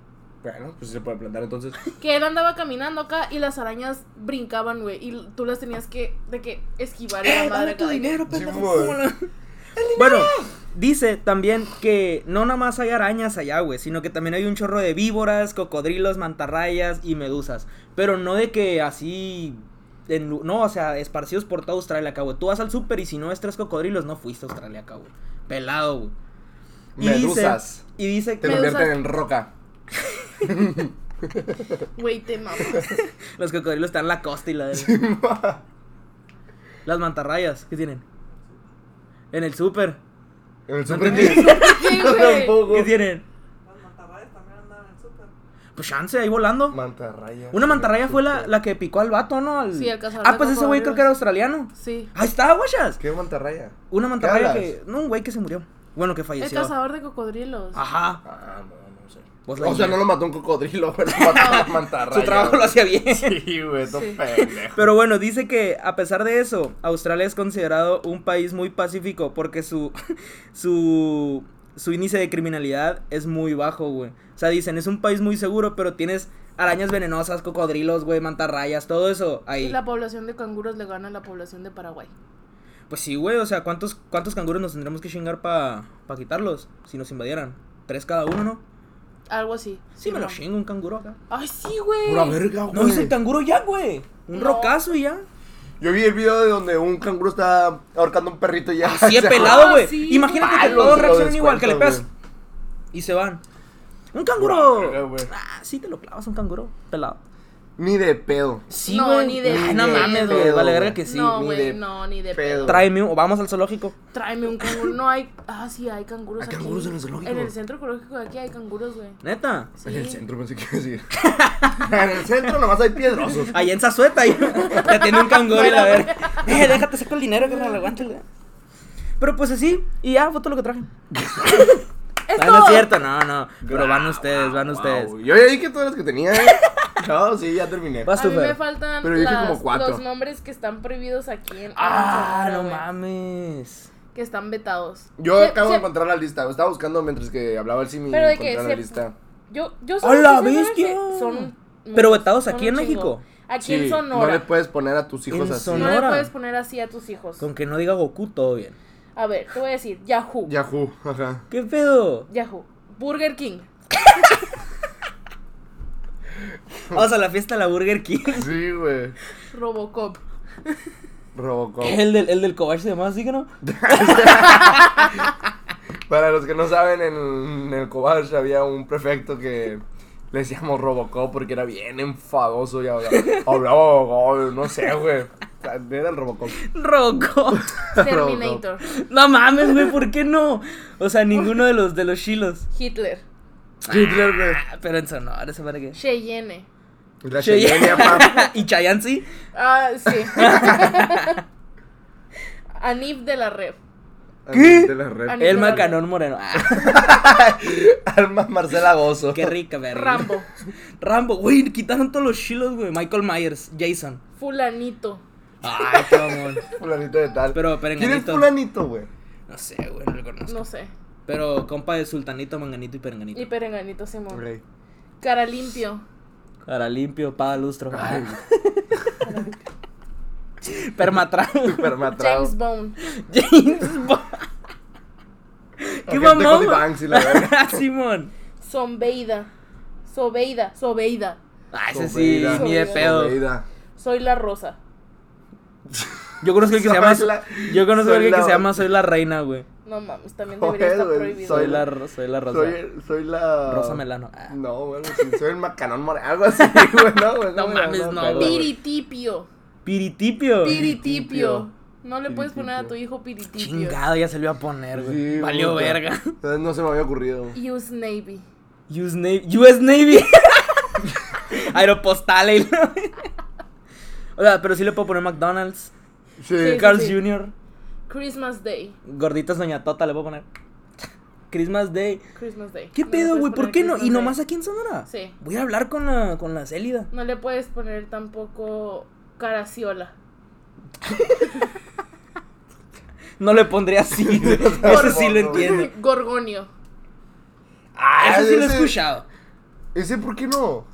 Speaker 1: Bueno, pues se puede plantar entonces.
Speaker 3: Que él andaba caminando acá y las arañas brincaban, güey. Y tú las tenías que, de que esquivar. y la
Speaker 2: Eh,
Speaker 3: madre
Speaker 2: dame tu
Speaker 3: acá de que-
Speaker 2: dinero,
Speaker 1: Sí,
Speaker 2: pendejo.
Speaker 1: güey.
Speaker 2: ¿cómo la- Bueno, dice también que no nada más hay arañas allá, güey, sino que también hay un chorro de víboras, cocodrilos, mantarrayas y medusas. Pero no de que así. en lu- no, o sea, esparcidos por toda Australia, acá, güey. Tú vas al súper y si no ves tres cocodrilos, no fuiste a Australia, acá, güey. Pelado, güey. Y dice-
Speaker 1: Medusas.
Speaker 2: Y dice
Speaker 1: Te
Speaker 2: que
Speaker 3: Medusas.
Speaker 1: convierten en roca.
Speaker 3: Güey, te mamas.
Speaker 2: los cocodrilos están en la costa y la de. Las mantarrayas, ¿qué tienen? En el súper.
Speaker 1: En el
Speaker 2: No
Speaker 1: super
Speaker 2: entendí.
Speaker 3: Sí,
Speaker 1: No,
Speaker 3: güey.
Speaker 1: tampoco.
Speaker 2: ¿Qué tienen?
Speaker 4: Las mantarrayas también andaban en el súper.
Speaker 2: Pues chance, ahí volando.
Speaker 1: Mantarraya.
Speaker 2: Una mantarraya fue la, la que picó al vato, ¿no? Al-
Speaker 3: Sí, al cazador
Speaker 2: Ah,
Speaker 3: de
Speaker 2: pues ese güey
Speaker 3: cocodrilos.
Speaker 2: creo que era australiano.
Speaker 3: Sí.
Speaker 2: Ahí está, guachas.
Speaker 1: ¿Qué mantarraya?
Speaker 2: Una mantarraya
Speaker 1: hablas?
Speaker 2: que. No, un güey que se murió. Bueno, que
Speaker 3: El
Speaker 2: falleció.
Speaker 3: cazador de cocodrilos.
Speaker 2: Ajá.
Speaker 1: Ah, no, no sé.
Speaker 2: Pues la
Speaker 1: o sea,
Speaker 2: niña.
Speaker 1: no lo mató un cocodrilo, güey, lo mató una mantarraya.
Speaker 2: Su trabajo lo hacía bien.
Speaker 1: Sí, güey, todo
Speaker 3: Sí.
Speaker 1: pendejo.
Speaker 2: Pero bueno, dice que a pesar de eso, Australia es considerado un país muy pacífico porque su su su índice de criminalidad es muy bajo, güey. O sea, dicen, es un país muy seguro, pero tienes arañas venenosas, cocodrilos, güey, mantarrayas, todo eso
Speaker 3: Y
Speaker 2: ahí.
Speaker 3: la población de canguros le gana a la población de Paraguay.
Speaker 2: Pues sí, güey, o sea, ¿cuántos cuántos canguros nos tendremos que chingar para pa quitarlos si nos invadieran? Tres cada uno, ¿no?
Speaker 3: Algo así.
Speaker 2: Sí, me lo
Speaker 3: no.
Speaker 2: chingo un canguro acá.
Speaker 3: Ay, sí, güey.
Speaker 1: Pura verga, güey.
Speaker 2: No, hice el canguro ya, güey. Un
Speaker 3: No.
Speaker 2: rocazo y ya.
Speaker 1: Yo vi el video de donde un canguro está ahorcando a un perrito y ya.
Speaker 2: Así
Speaker 1: se-
Speaker 2: es pelado,
Speaker 3: Ah,
Speaker 2: güey.
Speaker 3: sí.
Speaker 2: Imagínate que
Speaker 1: Palos,
Speaker 2: todos
Speaker 1: lo
Speaker 2: reaccionan igual, que le
Speaker 1: descuentas,
Speaker 2: pegas. Y se van. Un
Speaker 1: Verga,
Speaker 2: canguro.
Speaker 1: güey.
Speaker 2: Ah, sí te lo clavas, un canguro pelado.
Speaker 1: Ni de pedo.
Speaker 2: Sí,
Speaker 3: No,
Speaker 2: güey.
Speaker 3: ni de
Speaker 2: Ay, no
Speaker 1: pedo.
Speaker 2: mames, güey. Vale, verga que sí.
Speaker 3: No,
Speaker 1: ni
Speaker 3: güey,
Speaker 1: de
Speaker 3: no, ni de
Speaker 1: pedo.
Speaker 3: pedo.
Speaker 2: Tráeme un. Vamos al zoológico.
Speaker 3: Tráeme un canguro. No hay. Ah, sí, hay canguros
Speaker 1: Hay
Speaker 3: aquí.
Speaker 1: canguros en el zoológico.
Speaker 3: En el centro ecológico de aquí hay canguros, güey.
Speaker 2: Neta.
Speaker 3: Sí.
Speaker 1: En el centro pensé que iba a decir. en el centro nomás hay piedrosos.
Speaker 2: Allá en Zazueta, ahí. Ya tiene un canguro y la verga. Eh, déjate saco el dinero, que no lo aguante. Pero pues así. Y ya, fue todo lo que traje.
Speaker 3: ¡Es
Speaker 2: Ah,
Speaker 3: todo!
Speaker 2: no es cierto, no, no. Pero van ustedes, van
Speaker 1: Wow,
Speaker 2: ustedes.
Speaker 1: Ah, Yo ya dije todas las que tenía. ¿eh? No, sí, ya terminé.
Speaker 2: Vas
Speaker 3: A
Speaker 2: tú,
Speaker 3: mí me
Speaker 2: Fer.
Speaker 3: faltan
Speaker 1: Pero dije
Speaker 3: las-
Speaker 1: como cuatro.
Speaker 3: los nombres que están prohibidos aquí en.
Speaker 2: Ah,
Speaker 3: en Sonora,
Speaker 2: no
Speaker 3: güey,
Speaker 2: mames.
Speaker 3: Que están vetados.
Speaker 1: Yo
Speaker 3: Se-
Speaker 1: acabo
Speaker 3: se-
Speaker 1: de encontrar la lista. Estaba buscando mientras que hablaba el Simi.
Speaker 3: Pero de que
Speaker 1: encontrar la
Speaker 3: se-
Speaker 1: lista.
Speaker 3: Yo, yo
Speaker 2: ¡A la
Speaker 3: sé que
Speaker 2: bestia!
Speaker 3: Son
Speaker 2: Pero
Speaker 3: muchos,
Speaker 2: vetados
Speaker 3: son
Speaker 2: aquí
Speaker 3: un
Speaker 2: en
Speaker 3: chingo.
Speaker 2: México.
Speaker 3: Aquí
Speaker 1: Sí,
Speaker 3: en
Speaker 1: No le
Speaker 3: Sonora.
Speaker 1: puedes poner a tus hijos
Speaker 2: En
Speaker 1: así.
Speaker 3: No
Speaker 2: Sonora.
Speaker 3: le puedes poner así a tus hijos.
Speaker 2: Con que no diga Goku, todo bien.
Speaker 3: A ver, te voy a decir Yahoo.
Speaker 1: Yahoo, ajá.
Speaker 2: ¿Qué pedo?
Speaker 3: Yahoo. Burger King.
Speaker 2: Vamos a la fiesta de la Burger King.
Speaker 1: Sí, güey.
Speaker 3: Robocop.
Speaker 1: Robocop.
Speaker 2: El del, el del cobarde se llamaba así, que ¿no?
Speaker 1: Para los que no saben, en, en el Cobach había un prefecto que le decíamos Robocop porque era bien enfadoso y hablaba, hablaba güey, no sé, güey. O sea, Era el Robocop.
Speaker 2: Roco.
Speaker 3: Terminator.
Speaker 2: No mames, güey, ¿por qué no? O sea, ninguno de los de los chilos.
Speaker 3: Hitler.
Speaker 1: Hitler, güey.
Speaker 2: Ah, Pero en Sonora, ¿se para qué?
Speaker 3: Cheyenne.
Speaker 1: La Cheyenne, papá.
Speaker 2: y Chayanne sí.
Speaker 3: Ah, sí. Anif de la Red.
Speaker 1: De la red. Eh,
Speaker 3: Ani-
Speaker 2: El macanón moreno. Ah,
Speaker 1: Alma Marcela Gozo.
Speaker 2: qué rica, verga.
Speaker 3: Rambo.
Speaker 2: Rambo, güey, quitaron todos los chilos, güey. Michael Myers, Jason.
Speaker 3: Fulanito.
Speaker 2: Ay, qué mamón.
Speaker 1: Fulanito de tal.
Speaker 2: Pero, pero
Speaker 1: ¿Quién es
Speaker 2: enganito.
Speaker 1: fulanito, güey?
Speaker 2: No sé, güey, no lo conozco.
Speaker 3: No sé.
Speaker 2: Pero compa de Sultanito, Manganito y Perenganito.
Speaker 3: Y perenganito Simón.
Speaker 1: Ok.
Speaker 3: Cara limpio.
Speaker 2: Cara limpio, pada lustro.
Speaker 1: Ay, güey.
Speaker 2: Permatra.
Speaker 1: Supermatrado.
Speaker 3: James Bone.
Speaker 2: James Bond.
Speaker 1: Agente
Speaker 2: ¿Qué mamón?
Speaker 1: Cody Banks y la verga.
Speaker 2: Simón.
Speaker 3: Zombeida. Sobeida. Sobeida.
Speaker 2: Ah, ese sí,
Speaker 1: Sobeida.
Speaker 2: ni de pedo.
Speaker 1: Sobeida.
Speaker 3: Soy la rosa.
Speaker 2: Yo conozco el que se llama.
Speaker 1: Soy la-
Speaker 2: Yo conozco
Speaker 1: soy
Speaker 2: el que
Speaker 1: la-
Speaker 2: se llama Soy la Reina, güey.
Speaker 3: No mames, también
Speaker 1: Joder,
Speaker 3: debería estar
Speaker 1: güey,
Speaker 3: prohibido.
Speaker 2: Soy
Speaker 1: Soy
Speaker 2: la,
Speaker 1: la-
Speaker 2: ro- soy la rosa.
Speaker 1: Soy, soy la.
Speaker 2: Rosa Melano. Ah.
Speaker 1: No, bueno, sí, soy el macanón moreno. Algo así, güey. No, güey,
Speaker 2: No
Speaker 1: güey,
Speaker 2: mames, no,
Speaker 1: pero,
Speaker 2: güey.
Speaker 3: Piritipio.
Speaker 2: Piritipio.
Speaker 3: Piritipio. No le puedes poner a tu
Speaker 1: Piritipio.
Speaker 3: hijo piritipio.
Speaker 2: Chingado, ya se lo iba a poner, güey.
Speaker 1: Sí,
Speaker 2: Valió
Speaker 1: puta.
Speaker 2: verga.
Speaker 1: Entonces, No se me había ocurrido.
Speaker 3: Use Navy.
Speaker 2: US Navy. US Navy. Aeropostal. ahí. o sea, pero sí le puedo poner McDonald's.
Speaker 1: Sí.
Speaker 2: Carl's
Speaker 3: sí.
Speaker 2: Jr.
Speaker 3: Christmas Day.
Speaker 2: Gorditas Doña Tota le puedo poner. Christmas Day.
Speaker 3: Christmas Day.
Speaker 2: ¿Qué
Speaker 3: No le
Speaker 2: pedo,
Speaker 3: puedes
Speaker 2: güey? ¿Por
Speaker 3: poner
Speaker 2: qué no?
Speaker 3: Christmas
Speaker 2: ¿Y
Speaker 3: Day.
Speaker 2: nomás aquí en Sonora?
Speaker 3: Sí.
Speaker 2: Voy a hablar con la, con la Célida.
Speaker 3: No le puedes poner tampoco caraciola.
Speaker 2: No le pondría así. güey. Eso sí lo entiendo.
Speaker 3: Gorgonio.
Speaker 2: Ah, eso sí lo he
Speaker 1: ese-
Speaker 2: escuchado.
Speaker 1: Ese, ¿por qué no?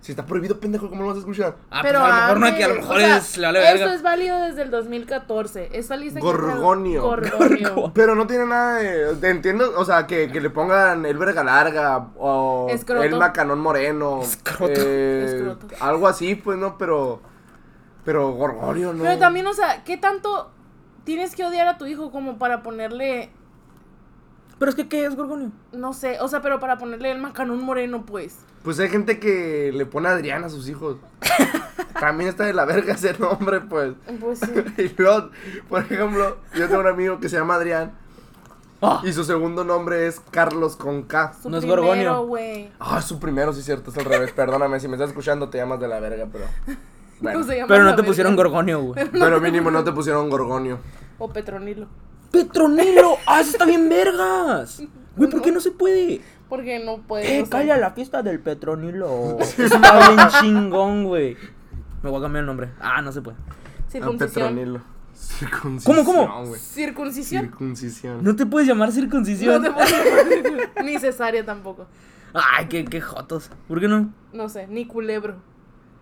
Speaker 1: Si está prohibido, pendejo, ¿cómo lo vas a escuchar?
Speaker 2: Ah, pero a lo mejor no,
Speaker 3: ame,
Speaker 2: aquí a lo mejor
Speaker 3: o sea,
Speaker 2: es, le vale
Speaker 3: Eso
Speaker 2: verga.
Speaker 3: es válido desde el 2014. Esta lista que está-
Speaker 1: Gorgonio.
Speaker 3: Gorgonio.
Speaker 2: Gorgo-
Speaker 1: Pero no tiene nada de. de- entiendo, o sea, que, que le pongan el verga larga o
Speaker 3: Escroto.
Speaker 1: el macanón moreno.
Speaker 2: Escroto.
Speaker 1: eh,
Speaker 3: Escroto.
Speaker 1: Algo así, pues, ¿no? Pero. Pero Gorgorio, ¿no?
Speaker 3: Pero también, o sea, ¿qué tanto tienes que odiar a tu hijo como para ponerle,
Speaker 2: Pero es que, ¿qué es Gorgonio?
Speaker 3: no sé, o sea, pero para ponerle el macanón moreno, pues?
Speaker 1: Pues hay gente que le pone Adrián a sus hijos. también está de la verga ese nombre, pues.
Speaker 3: Pues sí.
Speaker 1: Y luego, por ejemplo, yo tengo un amigo que se llama Adrián
Speaker 2: Ah,
Speaker 1: y su segundo nombre es Carlos con K.
Speaker 3: Su
Speaker 2: No es
Speaker 3: primero,
Speaker 2: gorgonio.
Speaker 3: güey.
Speaker 1: Ah, su primero, sí, cierto, es al revés. Perdóname, si me estás escuchando, te llamas de la verga, pero. Bueno.
Speaker 3: No se llama
Speaker 2: pero
Speaker 3: la
Speaker 2: no te
Speaker 3: verga.
Speaker 2: pusieron Gorgonio, güey.
Speaker 1: Pero mínimo no te pusieron Gorgonio. eh,
Speaker 3: O Petronilo.
Speaker 2: ¡Petronilo! ¡Ah, eso está bien vergas! Güey, ¿por qué no se puede?
Speaker 3: Porque no puede.
Speaker 2: ¡Eh,
Speaker 3: o sea,
Speaker 2: calla la fiesta del Petronilo! Está bien chingón, güey. Me voy a cambiar el nombre. Ah, no se puede.
Speaker 3: Circuncisión.
Speaker 1: Petronilo. Circuncisión.
Speaker 2: ¿Cómo, cómo?
Speaker 1: güey.
Speaker 3: Circuncisión.
Speaker 1: Circuncisión.
Speaker 2: No te puedes llamar
Speaker 3: No
Speaker 2: circuncisión.
Speaker 3: te puedo poner- Ni cesárea tampoco.
Speaker 2: Ay, qué, qué jotos. ¿Por qué no?
Speaker 3: No sé, ni culebro.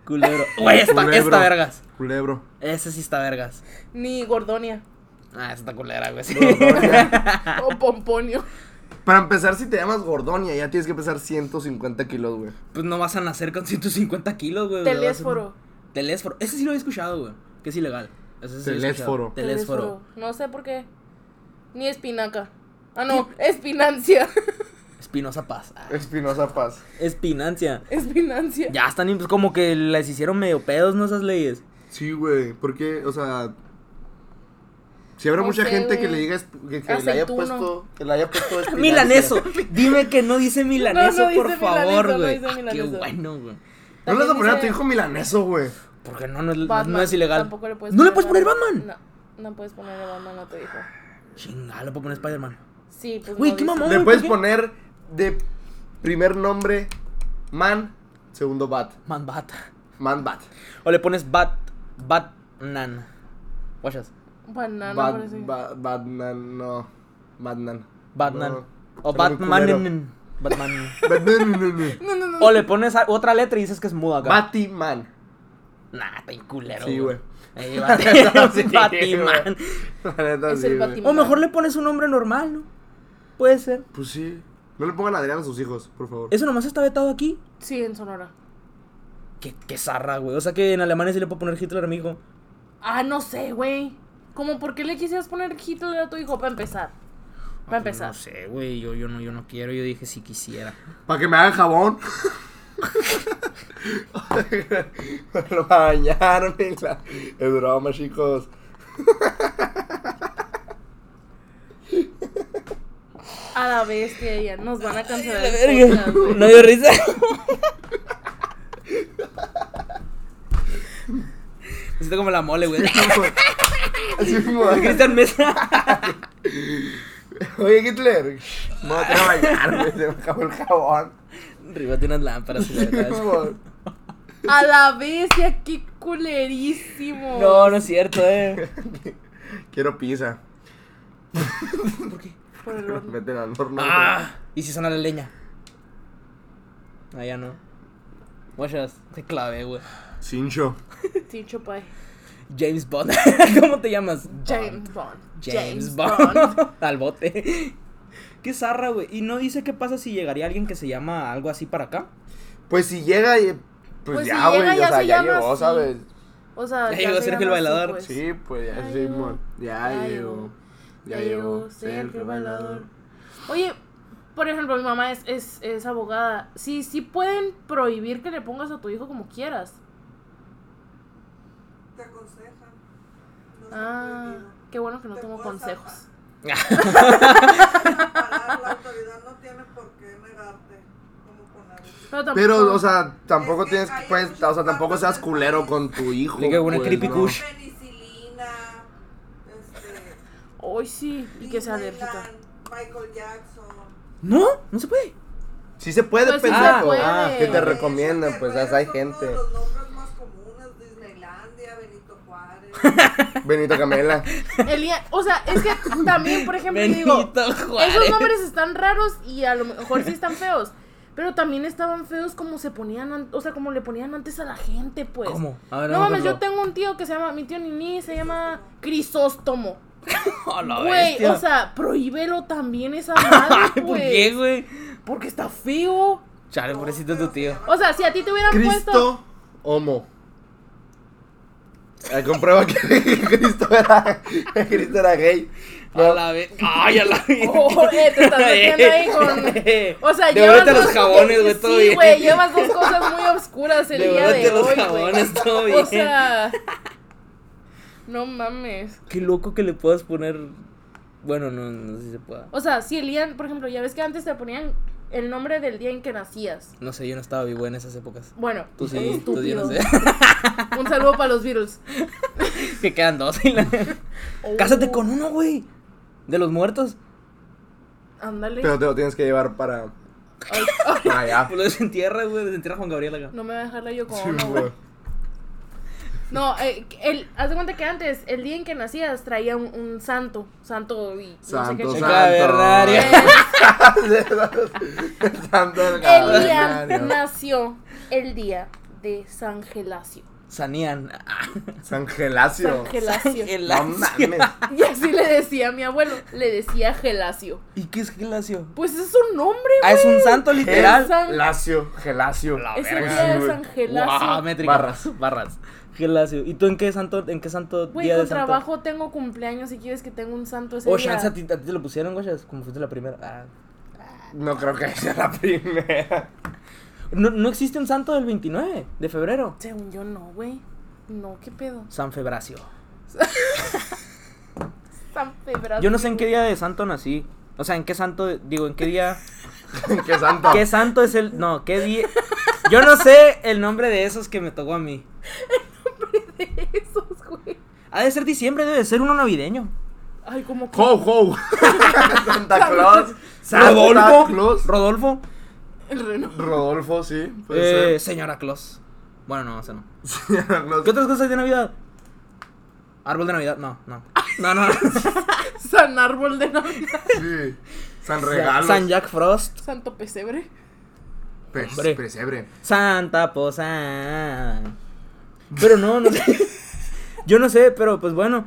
Speaker 2: Culebro. Güey, esta,
Speaker 1: Culebro.
Speaker 2: esta vergas.
Speaker 1: Culebro.
Speaker 2: Ese sí está vergas.
Speaker 3: Ni gordonia.
Speaker 2: Ah, esa está culera, güey. sí.
Speaker 1: Gordonia.
Speaker 3: o pomponio.
Speaker 1: Para empezar, si te llamas Gordonia, ya tienes que pesar 150 kilos, güey.
Speaker 2: Pues no vas a nacer con 150 kilos, güey.
Speaker 3: Telésforo.
Speaker 2: Telésforo. Ese sí lo había escuchado, güey. Que es ilegal. Ese sí lo había
Speaker 1: Telésforo.
Speaker 2: escuchado. Telésforo.
Speaker 3: No sé por qué. Ni espinaca. Ah, no, espinancia.
Speaker 2: Espinosa Paz. Ah,
Speaker 1: Espinosa Paz.
Speaker 2: Espinancia.
Speaker 3: espinancia.
Speaker 2: Ya están pues, como que les hicieron medio pedos, ¿no? Esas leyes.
Speaker 1: Sí, güey. Porque, o sea. Si habrá
Speaker 3: No
Speaker 1: mucha
Speaker 3: sé,
Speaker 1: gente que
Speaker 3: güey.
Speaker 1: le diga esp- que, que le haya
Speaker 3: Aceituno.
Speaker 1: puesto. Que le haya puesto. espinaca.
Speaker 2: Milaneso. Dime que no dice milaneso,
Speaker 3: No, no
Speaker 2: por
Speaker 3: dice
Speaker 2: favor,
Speaker 3: milaneso, no
Speaker 2: güey.
Speaker 3: dice
Speaker 2: Ah, qué
Speaker 3: milaneso.
Speaker 2: bueno, güey.
Speaker 1: No le vas a
Speaker 3: También
Speaker 1: poner a tu
Speaker 3: dice
Speaker 1: hijo milaneso, güey.
Speaker 2: Porque no, no, es-
Speaker 3: Batman.
Speaker 2: no es ilegal.
Speaker 3: Tampoco le puedes
Speaker 2: ¿No le puedes poner
Speaker 3: No, no puedes ponerle Batman a tu hijo.
Speaker 2: Chingada, le puedo poner Spider-Man.
Speaker 3: Sí, pues.
Speaker 2: Güey,
Speaker 3: no
Speaker 2: qué
Speaker 3: dice.
Speaker 2: mamón.
Speaker 1: Le
Speaker 2: ¿por
Speaker 1: puedes
Speaker 2: qué?
Speaker 1: poner de primer nombre Man, segundo Bat.
Speaker 2: Man Bat.
Speaker 1: Man Bat.
Speaker 2: O le pones Bat. Batman. Guachas.
Speaker 3: Banana,
Speaker 1: Bat-
Speaker 3: parece.
Speaker 1: Ba- Batman, no. Batman.
Speaker 2: Batman.
Speaker 1: No.
Speaker 2: O
Speaker 1: Está muy culero.
Speaker 2: Batman. Batman.
Speaker 1: Batman. no, no, no.
Speaker 3: No, no, no.
Speaker 2: O le pones a- otra letra y dices que es muda acá.
Speaker 1: Batiman.
Speaker 2: nah, está bien culero.
Speaker 1: Sí, güey.
Speaker 2: Eh, Bat-
Speaker 1: Sí, güey.
Speaker 2: Batman.
Speaker 1: La neta,
Speaker 3: Es
Speaker 1: sí,
Speaker 3: el
Speaker 1: güey.
Speaker 3: Batimán.
Speaker 2: O mejor le pones un nombre normal, ¿no? Puede ser.
Speaker 1: Pues sí. No le pongan Adrián a sus hijos, por favor.
Speaker 2: Eso nomás está vetado aquí.
Speaker 3: Sí, en Sonora.
Speaker 2: Qué, qué zarra, güey. O sea que en Alemania sí le puedo poner Hitler, amigo.
Speaker 3: Ah, no sé, güey. Como, ¿por qué le quisieras poner Hitler a tu hijo? Para empezar. Para empezar.
Speaker 2: No sé, güey. Yo, yo, no, yo no quiero. Yo dije si quisiera.
Speaker 1: Para que me hagan jabón. Para bañarme. la- Es broma, chicos.
Speaker 3: A la bestia, ella. Nos van a cancelar.
Speaker 2: La
Speaker 3: el
Speaker 2: verga.
Speaker 3: podcast, güey.
Speaker 2: No dio risa. Me siento como la mole, güey.
Speaker 1: Así como.
Speaker 2: Cristian Mesa.
Speaker 1: Oye, Hitler. Me voy a tener a bañarme. Se me acabó el jabón.
Speaker 2: Ríbate unas lámparas. y la verdad es-
Speaker 3: A la bestia, qué culerísimo.
Speaker 2: No, no es cierto, eh.
Speaker 1: Quiero pizza.
Speaker 2: ¿Por qué?
Speaker 3: Por el horno.
Speaker 1: Meten al horno.
Speaker 2: Ah, y si suena la leña. Ah, ya no. Guachas, te clavé, güey.
Speaker 1: Cincho.
Speaker 3: Tincho Pai.
Speaker 2: James Bond. ¿Cómo te llamas?
Speaker 3: James Bond.
Speaker 2: James Bond. Al bote. Qué zarra, güey. Y no dice qué pasa si llegaría alguien que se llama algo así para acá.
Speaker 1: Pues si llega, y- pues,
Speaker 3: Pues si
Speaker 1: ya, güey.
Speaker 3: llega,
Speaker 1: o
Speaker 3: ya
Speaker 1: sea,
Speaker 3: se
Speaker 1: ya
Speaker 3: llama
Speaker 1: llegó,
Speaker 3: así.
Speaker 1: ¿sabes?
Speaker 3: O sea,
Speaker 2: Ya llegó
Speaker 3: se
Speaker 2: Sergio el
Speaker 3: llama así,
Speaker 2: bailador.
Speaker 3: pues.
Speaker 1: Sí, pues ya,
Speaker 3: Ya
Speaker 1: sí,
Speaker 3: llegó.
Speaker 1: mon. Ya,
Speaker 3: Ya
Speaker 1: llegó.
Speaker 3: llegó.
Speaker 1: Ya llegó. Sergio Bailador.
Speaker 3: Oye, por ejemplo, mi mamá es, es, es abogada. Sí, sí pueden prohibir que le pongas a tu hijo como quieras.
Speaker 4: Te aconsejan. No está
Speaker 3: Ah,
Speaker 4: prohibido.
Speaker 3: qué bueno que no
Speaker 4: Te
Speaker 3: tomo
Speaker 4: puedes
Speaker 3: consejos.
Speaker 4: Parar, La autoridad no tiene por qué negarte cómo ponerlo.
Speaker 3: tampoco-
Speaker 1: Pero, o sea, tampoco
Speaker 4: Es que
Speaker 1: tienes que,
Speaker 4: hay
Speaker 1: pues,
Speaker 4: muchos
Speaker 1: o sea, tampoco
Speaker 4: partes
Speaker 1: seas
Speaker 4: del
Speaker 1: culero
Speaker 4: país.
Speaker 1: con tu hijo.
Speaker 2: Diga, una
Speaker 1: pues,
Speaker 2: creepy
Speaker 1: ¿no?
Speaker 2: kush.
Speaker 4: Penicilina, este,
Speaker 3: Hoy sí, y que sea Pues
Speaker 4: Disneyland,
Speaker 3: alérgica.
Speaker 4: Michael Jackson.
Speaker 2: ¿No? ¿No se puede?
Speaker 1: Sí se puede,
Speaker 3: Pues sí se
Speaker 1: pendejo.
Speaker 2: puede.
Speaker 1: Ah, ¿Qué te
Speaker 2: Eso
Speaker 1: recomiendan?
Speaker 4: Esos
Speaker 1: Pues
Speaker 4: son
Speaker 1: as hay
Speaker 4: todos
Speaker 1: gente.
Speaker 4: Los nombres más comunes, Disneylandia, Benito Juárez.
Speaker 1: Benito Camela.
Speaker 3: Elía- o sea, es que también, por ejemplo, digo, esos nombres están raros y a lo mejor sí están feos. Pero también estaban feos como se ponían, an- o sea, como le ponían antes a la gente, pues.
Speaker 2: ¿Cómo? A ver,
Speaker 3: No
Speaker 2: vamos
Speaker 3: mames,
Speaker 2: con
Speaker 3: yo
Speaker 2: lo-
Speaker 3: tengo un tío que se llama, mi tío Nini se llama Crisóstomo.
Speaker 2: A la
Speaker 3: Güey,
Speaker 2: bestia.
Speaker 3: o sea, prohíbelo también esa madre,
Speaker 2: Ay, ¿por qué,
Speaker 3: pues.
Speaker 2: güey?
Speaker 3: Porque está feo.
Speaker 2: Chale, pobrecito tu tío.
Speaker 3: O sea, si a ti te hubieran puesto.
Speaker 1: Cristo Homo. Eh, comprueba que Cristo era, que Cristo era gay.
Speaker 2: A la vez. Ay, a la vez.
Speaker 3: Oh, eh, te estás metiendo ahí con. O sea, llevas.
Speaker 2: Devuélvete los
Speaker 3: dos-
Speaker 2: jabones, güey, todo
Speaker 3: Sí,
Speaker 2: bien.
Speaker 3: güey, llevas dos cosas muy oscuras el día
Speaker 2: Devuélvete
Speaker 3: de
Speaker 2: los
Speaker 3: hoy.
Speaker 2: jabones, todo
Speaker 3: güey.
Speaker 2: bien.
Speaker 3: O sea. No mames.
Speaker 2: Qué loco que le puedas poner. Bueno, no, no sé si se pueda.
Speaker 3: O sea, si elían, por ejemplo, ya ves que antes te ponían el nombre del día en que nacías.
Speaker 2: No sé, yo no estaba vivo en esas épocas.
Speaker 3: Bueno,
Speaker 2: Tú sí, tú ¿eh? sí, yo
Speaker 3: estúpido.
Speaker 2: no sé.
Speaker 3: Un saludo para los Beatles.
Speaker 2: que quedan dos. y la-
Speaker 3: Oh,
Speaker 2: Cásate con uno, güey. De los muertos.
Speaker 3: Ándale.
Speaker 1: Pero te lo tienes que llevar para,
Speaker 3: Ay,
Speaker 1: para allá.
Speaker 2: Lo desentierra, güey. Desentierra a Juan Gabriel acá.
Speaker 3: no me va a dejar la yo con
Speaker 1: Sí,
Speaker 3: uno, güey.
Speaker 1: güey.
Speaker 3: No, eh, el, haz de cuenta que antes, el día en que nacías, traía un, un santo. Santo y no
Speaker 1: Santo,
Speaker 3: sé
Speaker 2: El
Speaker 3: qué.
Speaker 1: santo.
Speaker 2: cavernario.
Speaker 3: Eh,
Speaker 1: santo del
Speaker 3: Elian
Speaker 1: cavernario.
Speaker 3: nació el día de San Gelacio.
Speaker 2: Sanian. Ah,
Speaker 1: San Gelacio.
Speaker 3: San Gelacio.
Speaker 2: el
Speaker 1: No mames.
Speaker 3: Y así le decía a mi abuelo, le decía Gelacio.
Speaker 2: ¿Y qué es Gelacio?
Speaker 3: Pues es un nombre,
Speaker 2: Ah, es un santo literal.
Speaker 3: San-
Speaker 1: Gelacio, Gelacio.
Speaker 2: La
Speaker 3: Es el
Speaker 2: verga.
Speaker 3: día
Speaker 1: Sí,
Speaker 3: de
Speaker 1: güey.
Speaker 3: San Gelacio.
Speaker 2: Guau, métrica.
Speaker 1: Barras.
Speaker 2: barras. Gelacio. ¿Y tú en qué santo, en qué santo
Speaker 3: Güey,
Speaker 2: día
Speaker 3: con
Speaker 2: de santo? Oh,
Speaker 3: trabajo tengo cumpleaños y quieres que tenga un santo ese
Speaker 2: O
Speaker 3: día.
Speaker 2: chance a ti, a ti te lo pusieron, güey, como fuiste la primera. Ah.
Speaker 1: No creo que sea la primera.
Speaker 2: No, no existe un santo del 29 de febrero.
Speaker 3: Según yo no, güey. No, qué pedo.
Speaker 2: San Febracio.
Speaker 3: San Febracio.
Speaker 2: Yo no sé en qué día de santo nací. O sea, en qué santo, digo, en qué día.
Speaker 1: Qué santo.
Speaker 2: ¿Qué santo es el.? No, qué día. Yo no sé el nombre de esos que me tocó a mí.
Speaker 3: de esos, güey.
Speaker 2: Ha de ser diciembre, debe de ser uno navideño.
Speaker 3: Ay, como que-
Speaker 1: Ho, ho. Santa Claus. Santa
Speaker 2: Rodolfo.
Speaker 1: Claus.
Speaker 2: Rodolfo.
Speaker 3: el reno.
Speaker 1: Rodolfo, sí.
Speaker 2: Eh,
Speaker 1: Puede
Speaker 2: señora Claus. Bueno, no, o sea, no.
Speaker 1: ser. No sé.
Speaker 2: ¿Qué otras cosas hay de Navidad? Árbol de Navidad, no, no. No, no.
Speaker 3: San árbol de Navidad.
Speaker 1: Sí. San Regalos.
Speaker 2: San Jack Frost.
Speaker 3: Santo pesebre.
Speaker 1: Pes-
Speaker 2: Hombre.
Speaker 1: Pesebre.
Speaker 2: Santa Posada. Pero no, no sé. Yo no sé, pero pues bueno.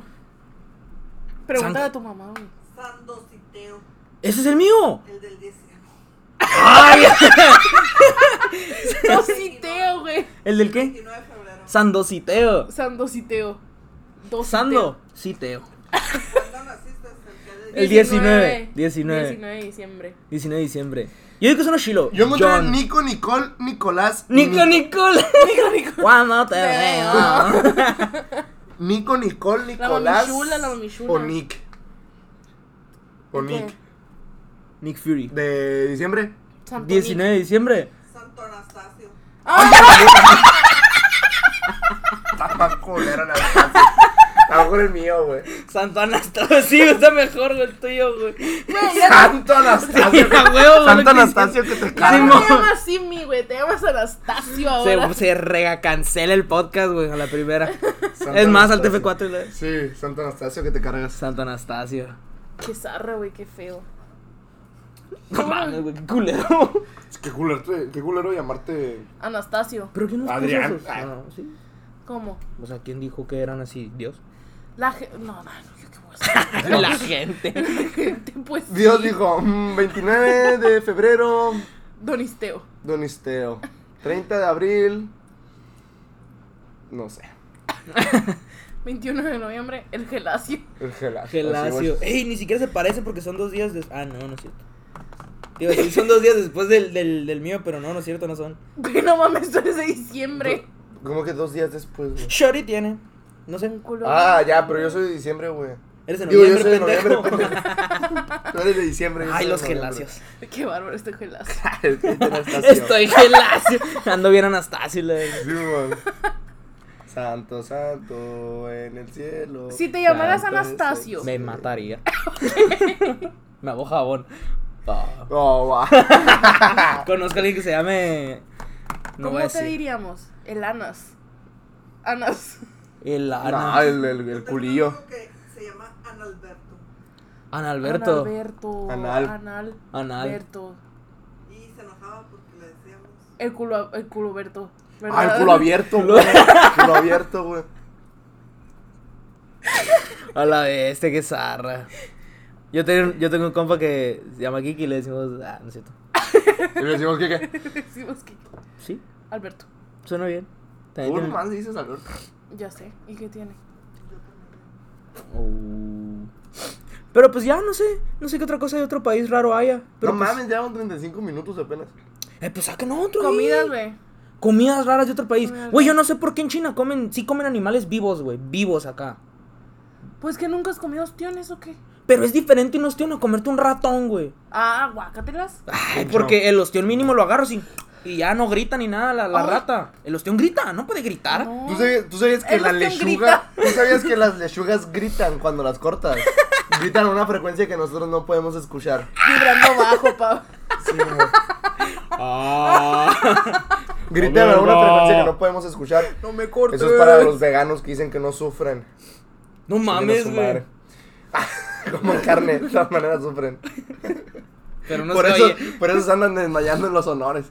Speaker 3: Pregúntale
Speaker 2: San-
Speaker 3: a tu mamá, güey.
Speaker 4: Sandociteo,
Speaker 2: ¡Ese es el mío!
Speaker 4: el del desierto.
Speaker 3: Dociteo, güey.
Speaker 2: ¿El del qué?
Speaker 4: 29 de febrero.
Speaker 2: Sandociteo.
Speaker 3: Sandociteo. Dociteo.
Speaker 2: Sandociteo.
Speaker 4: ¿Cuándo naciste? El que del-
Speaker 2: El 19, 19.
Speaker 3: 19 de diciembre.
Speaker 2: 19 de diciembre. Yo digo que es uno chilo.
Speaker 1: Yo encontré a
Speaker 2: John.
Speaker 1: Nico, Nicole, Nicolás.
Speaker 2: Nico,
Speaker 1: Ni-
Speaker 2: Nicole. Cuando te veo.
Speaker 3: veo.
Speaker 1: Nico, Nicole,
Speaker 3: La
Speaker 1: Nicolás.
Speaker 3: mamichula, la mamichula.
Speaker 1: O Nick. O
Speaker 3: ¿De qué?
Speaker 1: Nick.
Speaker 2: Nick Fury.
Speaker 1: De diciembre.
Speaker 3: Santo
Speaker 2: 19 de diciembre.
Speaker 4: Santo Anastasio.
Speaker 3: Nick. ¡Ah!
Speaker 1: Está más culero la verdad. Está por el mío, güey.
Speaker 2: Santo Anastasio. Sí, está mejor güey, el tuyo, güey.
Speaker 3: Güey, ya
Speaker 1: Santo Anastasio.
Speaker 2: Sí, a huevo, güey,
Speaker 1: Santo
Speaker 2: lo que
Speaker 1: Anastasio que te
Speaker 3: Ya
Speaker 1: carga.
Speaker 3: no te llamas Simi, güey, te llamas Anastasio ahora.
Speaker 2: Se, se rega cancela el podcast, güey, a la primera.
Speaker 1: Santo
Speaker 2: es más, al
Speaker 1: Anastasio.
Speaker 2: TF4 y la-
Speaker 1: Sí, Santo Anastasio que te cargas.
Speaker 2: Santo Anastasio.
Speaker 3: Qué zarra, güey, qué feo.
Speaker 2: No mames, güey, qué culero.
Speaker 1: Qué culero, eh, qué culero llamarte.
Speaker 3: Anastasio.
Speaker 2: ¿Pero quién nos puso
Speaker 1: Adrián.
Speaker 2: esos? Ah, no, sí.
Speaker 3: ¿Cómo?
Speaker 2: O sea, ¿quién dijo que eran así? Dios.
Speaker 3: La gente. No, no, no, yo qué voy a hacer.
Speaker 2: La gente.
Speaker 3: La gente, pues.
Speaker 1: Dios
Speaker 3: sí.
Speaker 1: dijo, mm, 29 de febrero,
Speaker 3: Donisteo.
Speaker 1: Donisteo. 30 de abril. No sé.
Speaker 3: 21 de noviembre, el gelacio.
Speaker 1: El gelacio.
Speaker 2: Gelacio.
Speaker 1: Sí, güey.
Speaker 2: Ey, ni siquiera se parece porque son dos días des- Ah, no, no es cierto. Te iba a decir, son dos días después del, del, del mío, pero no, no es cierto, no son.
Speaker 3: Güey, no mames, tú eres de diciembre.
Speaker 1: Como que dos días después, güey.
Speaker 2: Shori tiene. No sé.
Speaker 3: Un culo.
Speaker 1: Ah, ya, pero yo soy de diciembre, güey.
Speaker 2: Eres de
Speaker 1: Digo, yo
Speaker 2: noviembre,
Speaker 1: soy de noviembre,
Speaker 2: pendejo.
Speaker 1: pendejo. Tú eres de diciembre. yo
Speaker 2: Ay,
Speaker 1: soy
Speaker 2: los
Speaker 1: de noviembre.
Speaker 2: gelacios.
Speaker 3: Qué bárbaro este gelazo.
Speaker 1: Es que te la estás
Speaker 2: Estoy gelacio. Ando bien Anastasio. la verga.
Speaker 1: haciendo. Sí, man. Santo, santo, en el cielo.
Speaker 3: Si te llamaras
Speaker 1: Santo es el
Speaker 3: Anastasio.
Speaker 2: Me mataría. Me hago jabón. Ah.
Speaker 1: Oh, wow.
Speaker 2: Conozco a alguien que se llame. No
Speaker 3: ¿Cómo
Speaker 2: voy a
Speaker 3: te
Speaker 2: decir.
Speaker 3: diríamos? El anas. Anas.
Speaker 2: El Ana.
Speaker 1: No, Ah, el, el, el
Speaker 4: Yo tengo un
Speaker 1: culillo.
Speaker 4: amigo que se llama Analberto
Speaker 2: Ana Alberto.
Speaker 3: Analberto.
Speaker 1: Anal.
Speaker 3: Anal.
Speaker 2: Anal.
Speaker 3: Berto.
Speaker 4: y se enojaba porque le decíamos.
Speaker 3: El culo, el culo Berto.
Speaker 1: Ah,
Speaker 3: ¿verdad?
Speaker 1: el culo abierto, güey. El culo abierto, güey.
Speaker 2: A la bestia, qué zarra. Yo tengo, yo tengo un compa que se llama Kiki y le decimos. Ah, no es cierto.
Speaker 1: Y le decimos que qué.
Speaker 3: Decimos pues que-
Speaker 2: Sí,
Speaker 3: Alberto.
Speaker 2: suena bien. También
Speaker 1: Uno
Speaker 2: tiene-
Speaker 1: más le dices Alberto.
Speaker 3: Ya sé. ¿Y qué tiene?
Speaker 2: Oh. Pero pues ya no sé, no sé qué otra cosa de otro país raro haya. Pero
Speaker 1: no
Speaker 2: pues,
Speaker 1: mames, llevamos 35 minutos apenas.
Speaker 2: Eh, pues saquen otro. güey.
Speaker 3: Comidas, güey.
Speaker 2: Comidas raras de otro país.
Speaker 3: Comidas
Speaker 2: Güey, yo no sé por qué en China comen, sí comen animales vivos, güey, vivos acá.
Speaker 3: Pues que nunca has comido ostiones o qué.
Speaker 2: Pero es diferente un ostión a comerte un ratón, güey.
Speaker 3: Ah, guácatelas.
Speaker 2: Ay,
Speaker 1: Mucho.
Speaker 2: porque el ostión mínimo lo agarro sin... Y ya no grita ni nada la, la
Speaker 3: Ay.
Speaker 2: rata. El ostión grita, no puede gritar.
Speaker 3: No.
Speaker 1: ¿Ah? ¿Tú sabías, tú sabías que
Speaker 3: Él
Speaker 1: la
Speaker 3: es quien
Speaker 1: lechuga, tú sabías que las lechugas gritan cuando las cortas. Gritan a una frecuencia que nosotros no podemos escuchar.
Speaker 3: Vibrando bajo, pa.
Speaker 2: Ah.
Speaker 1: Gritan a una frecuencia que no podemos escuchar.
Speaker 2: No me cortes.
Speaker 1: Eso es para los veganos que dicen que no sufren.
Speaker 2: No
Speaker 1: Chingan a
Speaker 2: mames,
Speaker 1: su
Speaker 2: güey.
Speaker 1: madre. Como carne, de todas maneras sufren.
Speaker 2: Pero no
Speaker 1: por,
Speaker 2: se
Speaker 1: eso,
Speaker 2: oye.
Speaker 1: por eso se andan desmayando en los honores.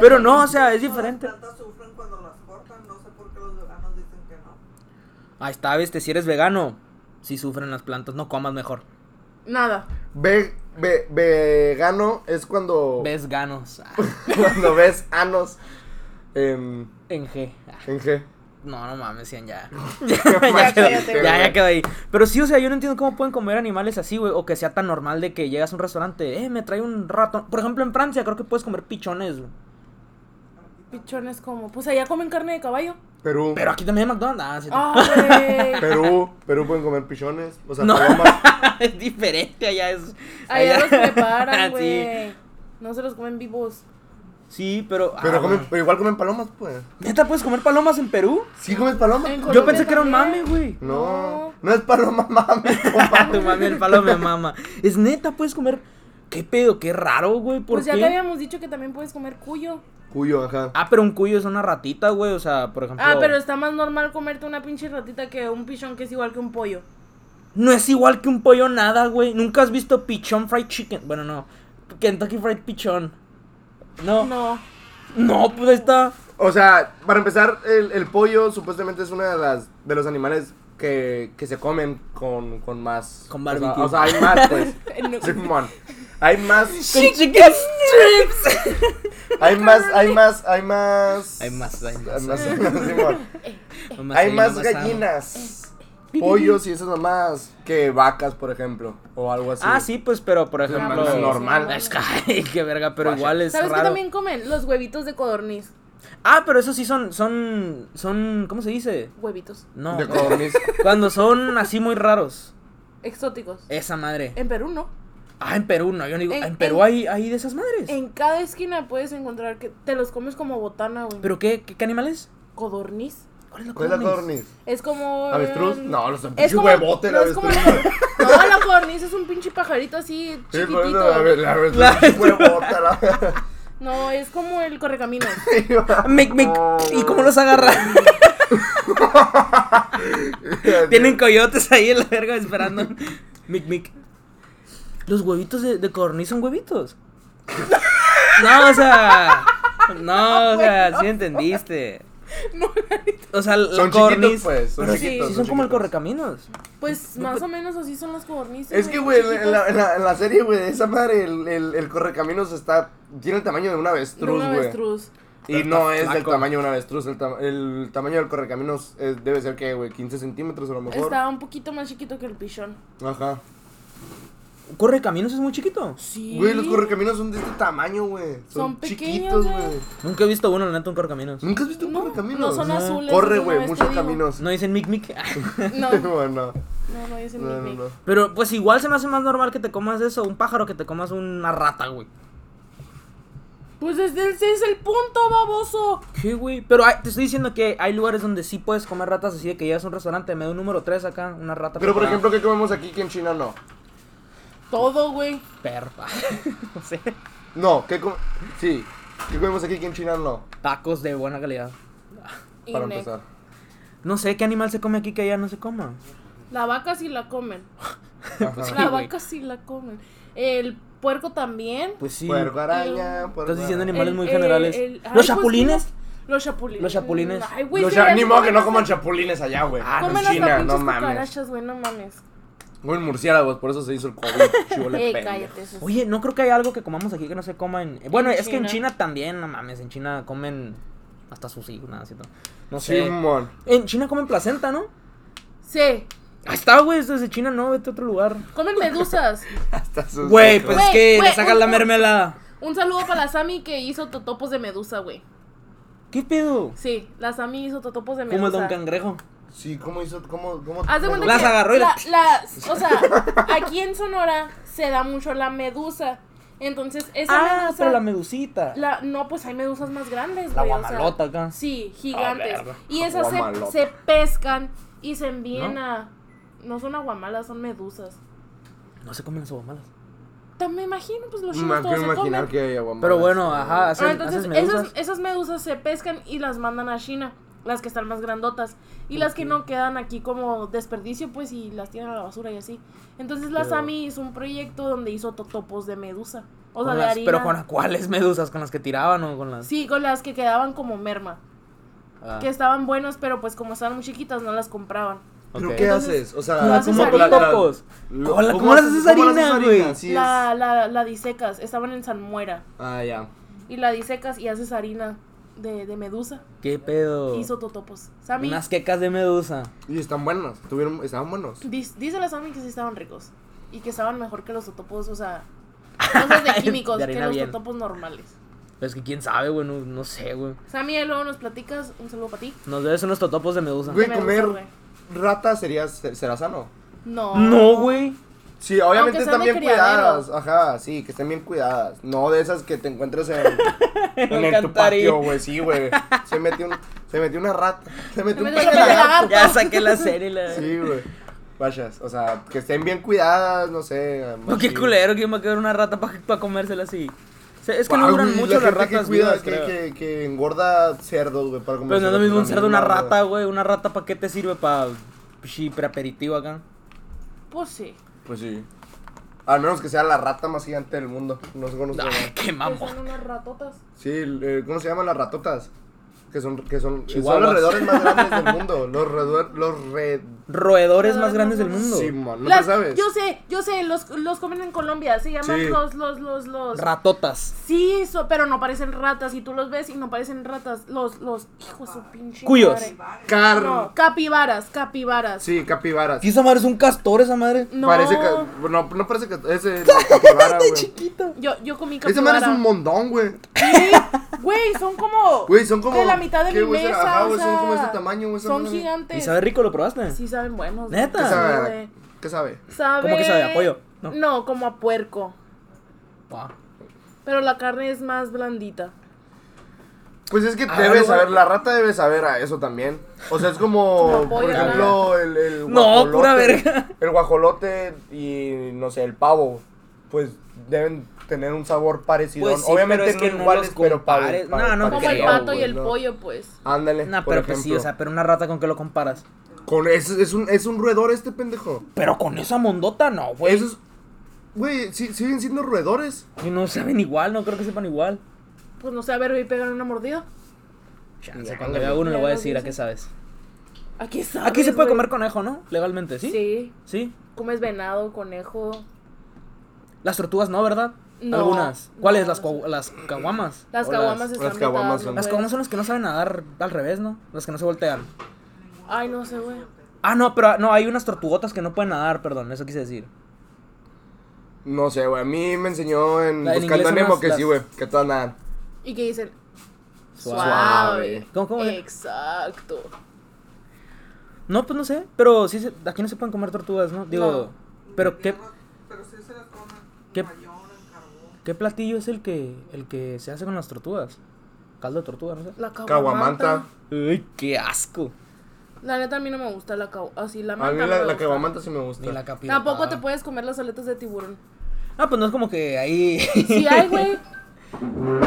Speaker 2: Pero no, o sea, es
Speaker 4: No,
Speaker 2: diferente.
Speaker 4: Las plantas sufren cuando las cortan, no sé por qué los veganos dicen que no.
Speaker 2: Ahí está, viste, si eres vegano, si sufren las plantas, no comas mejor.
Speaker 3: Nada.
Speaker 1: Ve, ve- vegano es cuando,
Speaker 2: Ves ganos. ah,
Speaker 1: cuando ves anos en,
Speaker 2: En G. Ah,
Speaker 1: en G.
Speaker 2: No, no mames, sean ya.
Speaker 1: Ya
Speaker 2: ya, quedó,
Speaker 1: cállate,
Speaker 2: ya,
Speaker 1: güey.
Speaker 2: ya quedó ahí. Pero sí, o sea, yo no entiendo cómo pueden comer animales así, güey. O que sea tan normal de que llegas a un restaurante, eh, me trae un ratón. Por ejemplo, en Francia creo que puedes comer pichones, güey.
Speaker 3: Pichones como. Pues allá comen carne de caballo.
Speaker 1: Perú.
Speaker 2: Pero aquí también hay McDonald's. Ah, sí,
Speaker 3: Ah, güey.
Speaker 1: Perú, Perú pueden comer pichones, o sea,
Speaker 2: No.
Speaker 1: palomas.
Speaker 2: es diferente, allá es.
Speaker 3: Allá los
Speaker 2: Ah,
Speaker 3: preparan,
Speaker 2: sí.
Speaker 3: güey. No se los comen vivos.
Speaker 2: Sí, pero.
Speaker 1: Pero,
Speaker 2: ah,
Speaker 1: comen-
Speaker 2: bueno.
Speaker 1: pero igual comen palomas, pues.
Speaker 2: ¿Neta puedes comer palomas en Perú?
Speaker 1: ¿Sí comes palomas?
Speaker 3: En
Speaker 2: Yo
Speaker 3: Colombia
Speaker 2: pensé que era un mame,
Speaker 3: también.
Speaker 2: güey.
Speaker 1: No,
Speaker 3: No.
Speaker 1: no es paloma, mames.
Speaker 2: Ah, tu mami, el palo me mama. Es neta, puedes comer. ¿Qué pedo? Qué raro, güey. ¿Por
Speaker 3: Pues ya
Speaker 2: qué?
Speaker 3: te habíamos dicho que también puedes comer cuyo.
Speaker 1: Cuyo, ajá.
Speaker 2: Ah, pero un cuyo es una ratita, güey. O sea, por ejemplo.
Speaker 3: Ah, pero está más normal comerte una pinche ratita que un pichón que es igual que un pollo.
Speaker 2: No es igual que un pollo nada, güey. Nunca has visto pichón fried chicken. Bueno, no. Kentucky fried pichón. No. No,
Speaker 3: No.
Speaker 2: pues ahí está.
Speaker 1: O sea, para empezar, el, el pollo supuestamente es uno de las de los animales que, que se comen con, con más.
Speaker 2: Con
Speaker 1: o sea-
Speaker 2: barbecue.
Speaker 1: O sea, hay más, pues.
Speaker 3: No.
Speaker 1: Simón. Hay más,
Speaker 2: Con chicken strips.
Speaker 1: hay más, hay más, hay más.
Speaker 2: Hay más, hay más.
Speaker 1: Simón.
Speaker 2: Nomás
Speaker 1: Hay
Speaker 2: ahí,
Speaker 1: más
Speaker 2: nomás amo.
Speaker 1: gallinas, pollos y esas mamás que vacas, por ejemplo, o algo así.
Speaker 2: Ah, sí, pues, pero por
Speaker 1: Es
Speaker 2: ejemplo.
Speaker 1: normal.
Speaker 2: Es que, ay, qué verga, pero
Speaker 1: Vaya.
Speaker 2: igual es
Speaker 3: ¿Sabes qué
Speaker 2: raro.
Speaker 3: también comen? Los huevitos de codorniz.
Speaker 2: Ah, pero eso sí son, son, son, ¿cómo se dice?
Speaker 3: Huevitos.
Speaker 2: No.
Speaker 1: De codorniz.
Speaker 2: Cuando son así muy raros.
Speaker 3: Exóticos.
Speaker 1: Eh.
Speaker 2: Esa madre.
Speaker 3: En Perú no.
Speaker 2: Ah, en Perú no, yo no digo.
Speaker 3: En-
Speaker 2: En, Perú
Speaker 3: en-
Speaker 2: hay, hay de esas madres.
Speaker 3: En cada esquina puedes encontrar que te los comes como botana, güey.
Speaker 2: ¿Pero qué, qué, qué animal es?
Speaker 3: codorniz.
Speaker 2: ¿Cuál es la
Speaker 1: ¿Cuál es la
Speaker 2: codorniz?
Speaker 1: codorniz?
Speaker 3: Es como. em,
Speaker 1: ¿Avestruz? No, los
Speaker 3: Es
Speaker 1: pinche
Speaker 3: como,
Speaker 1: huevote, la
Speaker 3: no, es como
Speaker 1: avestruz.
Speaker 3: la- no, la codorniz es un pinche pajarito así
Speaker 1: Sí, por eso,
Speaker 3: chiquitito.
Speaker 1: a ver, la avestruz
Speaker 2: La-
Speaker 1: es huevota, la-
Speaker 3: No, es como el correcamino.
Speaker 2: Mic, mic. ¿Y cómo los agarra? Tienen coyotes ahí en la verga esperando. Mic, mic. Los huevitos de, de codorniz son huevitos. No, o sea. No, o sea, sí entendiste. O sea, la
Speaker 1: Son
Speaker 2: codorniz.
Speaker 1: chiquitos, pues. Son
Speaker 2: pero sí,
Speaker 1: chiquitos.
Speaker 2: sí son como el
Speaker 1: chiquitos.
Speaker 2: correcaminos.
Speaker 3: Pues más o menos así son las codornices.
Speaker 1: Es que, güey,
Speaker 3: chiquitas.
Speaker 1: en la, en la- en la serie, güey, esa madre, el, el, el correcaminos está. Tiene el tamaño de un
Speaker 3: De un
Speaker 1: avestruz, güey.
Speaker 3: avestruz.
Speaker 1: Y no es del
Speaker 2: flaco.
Speaker 1: tamaño de un avestruz. El, ta- el tamaño del correcaminos eh, debe ser que, güey, 15 centímetros a lo mejor.
Speaker 3: Está un poquito más chiquito que el pichón.
Speaker 1: Ajá.
Speaker 2: Correcaminos es muy chiquito.
Speaker 3: Sí.
Speaker 1: Güey, los correcaminos son de este tamaño, güey. Son,
Speaker 3: Son
Speaker 1: chiquitos,
Speaker 3: pequeños, güey.
Speaker 1: güey.
Speaker 2: Nunca he visto uno, la neta, un correcaminos.
Speaker 1: ¿Nunca has visto un
Speaker 3: No,
Speaker 1: correcaminos?
Speaker 3: no son
Speaker 2: No.
Speaker 3: azules.
Speaker 1: Corre,
Speaker 3: es una
Speaker 1: güey,
Speaker 3: vez
Speaker 1: muchos
Speaker 3: te digo.
Speaker 1: caminos.
Speaker 2: No dicen mic mic.
Speaker 3: No,
Speaker 1: Bueno,
Speaker 3: no, no dicen
Speaker 1: no,
Speaker 3: mi
Speaker 1: no, no.
Speaker 2: Pero pues igual se me hace más normal que te comas eso, un pájaro, que te comas una rata, güey.
Speaker 3: Pues ese ese es el punto, baboso.
Speaker 2: ¿Qué, güey? Pero hay- te estoy diciendo que hay lugares donde sí puedes comer ratas así de que llegas a un restaurante, me da un número 3 acá, una rata.
Speaker 1: Pero por
Speaker 2: preparada.
Speaker 1: ejemplo, ¿qué comemos aquí que en China no?
Speaker 3: Todo, güey.
Speaker 2: Perro. no sé.
Speaker 1: No, ¿qué com Sí. ¿Qué comemos aquí que en China no?
Speaker 2: Tacos de buena calidad.
Speaker 3: Y
Speaker 1: Para
Speaker 3: ne-
Speaker 1: empezar.
Speaker 2: No sé qué animal se come aquí que allá no se coma. Pues
Speaker 3: La vaca sí la comen.
Speaker 1: Ajá.
Speaker 2: Sí,
Speaker 3: la
Speaker 2: güey.
Speaker 3: vaca sí la comen. El puerco también.
Speaker 2: Pues sí.
Speaker 1: Puerco araña,
Speaker 3: Estás
Speaker 1: puerco
Speaker 2: diciendo
Speaker 1: araña.
Speaker 2: animal. animales
Speaker 3: El-
Speaker 2: muy
Speaker 3: el-
Speaker 2: generales.
Speaker 3: el- ay,
Speaker 2: ¿Los
Speaker 3: pues,
Speaker 2: chapulines?
Speaker 3: sí, los- Los chapulines.
Speaker 2: Los chapulines.
Speaker 3: Ay, Eh, güey.
Speaker 1: Los
Speaker 3: se me
Speaker 1: cha- Ni modo
Speaker 3: hace
Speaker 1: que no
Speaker 3: comen
Speaker 1: coman chapulines allá, güey.
Speaker 2: Ah,
Speaker 1: en
Speaker 3: Comen las
Speaker 1: China,
Speaker 3: pinches
Speaker 1: no mames.
Speaker 3: cucarachas, güey, no mames.
Speaker 1: Güey, murciélagos, por eso se hizo el COVID. chivole
Speaker 3: Eh,
Speaker 1: pendejo.
Speaker 3: cállate. eso es-
Speaker 2: Oye, no creo que haya algo que comamos aquí que no se coma en... Bueno,
Speaker 3: En
Speaker 2: es que en
Speaker 3: China.
Speaker 2: China también, no mames, en China comen hasta sushi, nada, ¿cierto? No sé.
Speaker 1: Simón.
Speaker 2: en China comen placenta, ¿no?
Speaker 3: Sí.
Speaker 2: Ahí está, güey, es desde China, no, vete a otro lugar.
Speaker 3: Comen medusas.
Speaker 1: Hasta sus
Speaker 2: Güey,
Speaker 1: ojos.
Speaker 2: pues
Speaker 3: Güey,
Speaker 2: es que le
Speaker 3: güey,
Speaker 2: sacas
Speaker 3: un-
Speaker 2: la mermelada.
Speaker 3: Un saludo para la Sami que hizo totopos de medusa, güey.
Speaker 2: ¿Qué pedo?
Speaker 3: Sí, la Sami hizo totopos de
Speaker 2: Como
Speaker 3: medusa.
Speaker 2: el don cangrejo.
Speaker 1: pues, Sí, ¿cómo hizo? ¿Cómo? cómo
Speaker 3: Haz de
Speaker 1: cómo-
Speaker 3: cuenta
Speaker 2: Las
Speaker 3: que
Speaker 2: agarró y
Speaker 3: la-
Speaker 2: las-
Speaker 3: las- o sea, aquí en Sonora se da mucho la medusa. Entonces, esa
Speaker 2: Ah,
Speaker 3: medusa.
Speaker 2: pero la medusita.
Speaker 3: la- no, pues hay medusas más grandes,
Speaker 2: La
Speaker 3: güey, o sea,
Speaker 2: guamalota acá. Ah,
Speaker 3: sí, gigantes.
Speaker 1: A ver,
Speaker 3: y esas se,
Speaker 1: guamalota.
Speaker 3: se pescan y se envían
Speaker 2: ¿No?
Speaker 3: a. No son aguamalas, son medusas.
Speaker 2: No se comen las guamalas.
Speaker 3: Ta- Me imagino, pues los
Speaker 1: Me
Speaker 3: chinos todos
Speaker 1: quiero
Speaker 3: se
Speaker 1: imaginar
Speaker 3: comen.
Speaker 1: que hay aguamalas.
Speaker 2: Pero bueno, ajá,
Speaker 3: Ah,
Speaker 2: hacen,
Speaker 3: entonces,
Speaker 2: hacen
Speaker 3: esas,
Speaker 2: medusas.
Speaker 3: esas medusas se pescan y las mandan a China, las que están más grandotas. Y las que no quedan aquí como desperdicio, pues, y las tiran a la basura y así. Entonces, la
Speaker 2: Pero-
Speaker 3: Sami hizo un proyecto donde hizo totopos de medusa. O sea,
Speaker 2: Con
Speaker 3: de
Speaker 2: las-
Speaker 3: harina.
Speaker 2: pero con las- cuáles medusas, con las que tiraban o con las.
Speaker 3: Sí, con las que quedaban como merma.
Speaker 2: Ah,
Speaker 3: Que estaban buenas, pero pues como estaban muy chiquitas, no las compraban.
Speaker 1: ¿Pero
Speaker 2: ok.
Speaker 1: qué
Speaker 3: Entonces,
Speaker 1: haces? O sea,
Speaker 3: ¿cómo
Speaker 2: Ah,
Speaker 3: haces
Speaker 2: como
Speaker 3: harina?
Speaker 2: totopos. ¿Cómo la- cómo las haces harina, güey?
Speaker 1: Sí, es-
Speaker 3: la, la, la disecas, estaban en San Muera.
Speaker 1: Ah, ya.
Speaker 3: Y la disecas y haces harina de, de medusa.
Speaker 2: ¿Qué pedo?
Speaker 3: Hizo totopos. Sami,
Speaker 2: Unas quecas de medusa.
Speaker 1: Y están buenos, tuvieron, estaban buenos.
Speaker 3: Dis- Dice la Sammy que sí estaban ricos y que estaban mejor que los totopos, o sea, cosas de químicos
Speaker 2: De
Speaker 3: que
Speaker 2: harina
Speaker 3: los
Speaker 2: bien.
Speaker 3: totopos normales.
Speaker 2: Pero es que quién sabe, güey, no, no sé, güey.
Speaker 3: Sammy, ahí luego nos platicas, un saludo para ti.
Speaker 2: Nos debes unos totopos de medusa.
Speaker 1: Güey,
Speaker 3: me gusta,
Speaker 1: comer
Speaker 3: güey.
Speaker 1: rata sería, se- será sano.
Speaker 3: No.
Speaker 2: No, güey.
Speaker 1: Sí, obviamente
Speaker 3: Aunque sean
Speaker 1: están
Speaker 3: de
Speaker 1: bien
Speaker 3: criadero.
Speaker 1: cuidadas. Ajá, sí, que estén bien cuidadas. No de esas que te encuentres en, en el, tu
Speaker 2: Alcantarilla.
Speaker 1: patio, güey. Sí, güey. Se metió, un- se metió una rata. Se metió un
Speaker 3: metió
Speaker 1: pez
Speaker 3: un
Speaker 1: lagarto.
Speaker 3: lagarto.
Speaker 2: Ya saqué la serie y la.
Speaker 1: Sí, güey. Vayas, o sea, que estén bien cuidadas, no sé.
Speaker 2: No,
Speaker 1: más
Speaker 2: qué
Speaker 1: chido.
Speaker 2: culero, ¿quién va a querer una rata para comérsela así? O sea, es que
Speaker 1: Guau,
Speaker 2: no duran
Speaker 1: güey, la
Speaker 2: mucho las
Speaker 1: gente
Speaker 2: ratas
Speaker 1: que, cuida,
Speaker 2: vivas,
Speaker 1: que,
Speaker 2: creo.
Speaker 1: que- que engorda cerdos, güey, para comer.
Speaker 2: Pero no es lo mismo un cerdo una rata, güey. Una rata, ¿para qué te sirve? Para aperitivo acá.
Speaker 3: Pues sí.
Speaker 1: Pues sí. Al menos que sea la rata más gigante del mundo. No sé cómo se llama.
Speaker 2: Ay, qué
Speaker 3: Que
Speaker 2: mamón.
Speaker 3: son unas ratotas.
Speaker 1: Sí, eh, ¿cómo se llaman las ratotas? Que son, que son, son
Speaker 2: Chihuahuas.
Speaker 1: los roedores más grandes del mundo. Los roedores, los red...
Speaker 2: Roedores más
Speaker 3: Roedores
Speaker 2: grandes del
Speaker 3: más
Speaker 2: mundo.
Speaker 1: Sí, mon, no
Speaker 3: Las-
Speaker 1: te sabes.
Speaker 3: Yo sé, yo sé, los, los comen en Colombia, se llaman
Speaker 1: Sí.
Speaker 3: los, los, los, los.
Speaker 2: Ratotas.
Speaker 3: sí, so- pero no parecen ratas, y tú los ves y no parecen ratas. Los, los, hijo de su pinche.
Speaker 2: Cuyos.
Speaker 3: madre.
Speaker 1: Car...
Speaker 3: No, capibaras, capibaras.
Speaker 1: Sí, capibaras.
Speaker 2: ¿Y esa madre es un castor, esa madre?
Speaker 3: No.
Speaker 1: Parece que... No, no parece que... Ese capibara, güey.
Speaker 2: Chiquita.
Speaker 3: Yo, yo comí
Speaker 1: Ese
Speaker 3: capibara.
Speaker 1: man es un mondón, güey.
Speaker 3: Sí, Güey, son como.
Speaker 1: Güey, son como...
Speaker 3: De la mitad de
Speaker 1: ¿qué,
Speaker 3: mi
Speaker 1: güey?
Speaker 3: mesa.
Speaker 1: Ajá,
Speaker 3: o
Speaker 1: güey, son
Speaker 3: sea,
Speaker 1: como de este tamaño, güey. esa
Speaker 3: Son
Speaker 1: madre.
Speaker 3: gigantes.
Speaker 2: ¿Y sabe rico? ¿Lo probaste?
Speaker 3: Sí, saben buenos. güey.
Speaker 2: ¿Neta?
Speaker 1: ¿Qué sabe?
Speaker 3: Sabe.
Speaker 1: ¿Qué sabe?
Speaker 3: sabe...
Speaker 2: ¿Cómo que sabe? ¿A pollo? No.
Speaker 3: No. como a puerco.
Speaker 2: Buah.
Speaker 3: Pero la carne es más blandita.
Speaker 1: Pues es que
Speaker 2: Ah,
Speaker 1: debe
Speaker 2: güey.
Speaker 1: saber, la rata debe saber a eso también. O sea, es como,
Speaker 3: Como
Speaker 1: por
Speaker 3: pollo,
Speaker 1: ejemplo, el, el
Speaker 2: No,
Speaker 1: guajolote-
Speaker 2: pura verga.
Speaker 1: El guajolote y, no sé, el pavo. Pues deben tener un sabor parecido.
Speaker 2: Pues sí,
Speaker 1: Obviamente
Speaker 2: pero es que
Speaker 1: no
Speaker 2: no
Speaker 1: iguales,
Speaker 2: los
Speaker 1: pero pa-
Speaker 2: compares.
Speaker 1: pa-
Speaker 2: No,
Speaker 1: parecido,
Speaker 2: no
Speaker 3: Como el
Speaker 2: creo,
Speaker 3: pato y
Speaker 1: güey,
Speaker 3: el
Speaker 1: Ah, no.
Speaker 3: pollo, pues.
Speaker 1: Ándale,
Speaker 2: No,
Speaker 1: por
Speaker 2: pero pues sí,
Speaker 1: ejemplo.
Speaker 2: o sea, pero una rata con qué lo comparas.
Speaker 1: Con, es, es, un, es un roedor este pendejo.
Speaker 2: Pero con esa mondota, no, güey.
Speaker 1: Esos, güey, sí- siguen siendo roedores.
Speaker 2: Y no saben igual, no creo que sepan igual.
Speaker 3: Pues no sé, a ver, voy a pegar una mordida.
Speaker 2: Chance,
Speaker 1: Ya,
Speaker 2: cuando
Speaker 1: güey.
Speaker 2: vea uno le voy a
Speaker 3: Ya,
Speaker 2: decir
Speaker 3: no
Speaker 2: a qué sabes.
Speaker 3: Aquí sabes,
Speaker 2: Aquí se puede
Speaker 3: güey?
Speaker 2: comer conejo, ¿no? Legalmente, ¿sí?
Speaker 3: Sí.
Speaker 2: ¿Sí?
Speaker 3: Comes venado, conejo.
Speaker 2: Las tortugas no, ¿verdad?
Speaker 3: No.
Speaker 2: Algunas. ¿Cuáles?
Speaker 3: No,
Speaker 2: las,
Speaker 3: no sé.
Speaker 2: cua- las caguamas.
Speaker 3: Las
Speaker 2: O
Speaker 3: caguamas
Speaker 2: Las,
Speaker 3: están
Speaker 1: las caguamas son-
Speaker 3: vetadas, no
Speaker 2: las
Speaker 3: puedes.
Speaker 2: caguamas son las que no saben nadar al revés, ¿no? Las que no se voltean.
Speaker 3: Ay, no sé, güey.
Speaker 2: Ah, no, pero no, hay unas tortugotas que no pueden nadar, perdón, eso quise decir.
Speaker 1: No sé, güey. A mí me enseñó en
Speaker 2: La- en
Speaker 1: Buscando a
Speaker 2: inglés son
Speaker 1: Nemo
Speaker 2: las-
Speaker 1: que sí,
Speaker 2: las-
Speaker 1: güey. Que todas nadan.
Speaker 3: Y que dicen,
Speaker 1: Suave.
Speaker 3: suave.
Speaker 2: ¿Cómo, cómo?
Speaker 3: Exacto.
Speaker 2: No, pues no sé, pero sí se- aquí no se pueden comer tortugas, ¿no? Digo, pero ¿qué,
Speaker 4: Pero sí se las comen.
Speaker 2: ¿Qué?
Speaker 4: Mayona, carbón.
Speaker 2: qué platillo es el que, el que se hace con las tortugas? Caldo de tortuga, no sé.
Speaker 3: La caguamanta.
Speaker 1: Caguamanta.
Speaker 2: Uy, qué asco.
Speaker 3: La neta a mí no me gusta la cau- así la
Speaker 1: A
Speaker 3: manta
Speaker 1: mí
Speaker 3: no me
Speaker 1: la, la
Speaker 3: gusta.
Speaker 1: caguamanta sí me gusta.
Speaker 2: Ni la capilla.
Speaker 3: Tampoco te puedes comer las aletas de tiburón.
Speaker 2: Ah, pues no es como que ahí.
Speaker 3: Sí hay, güey.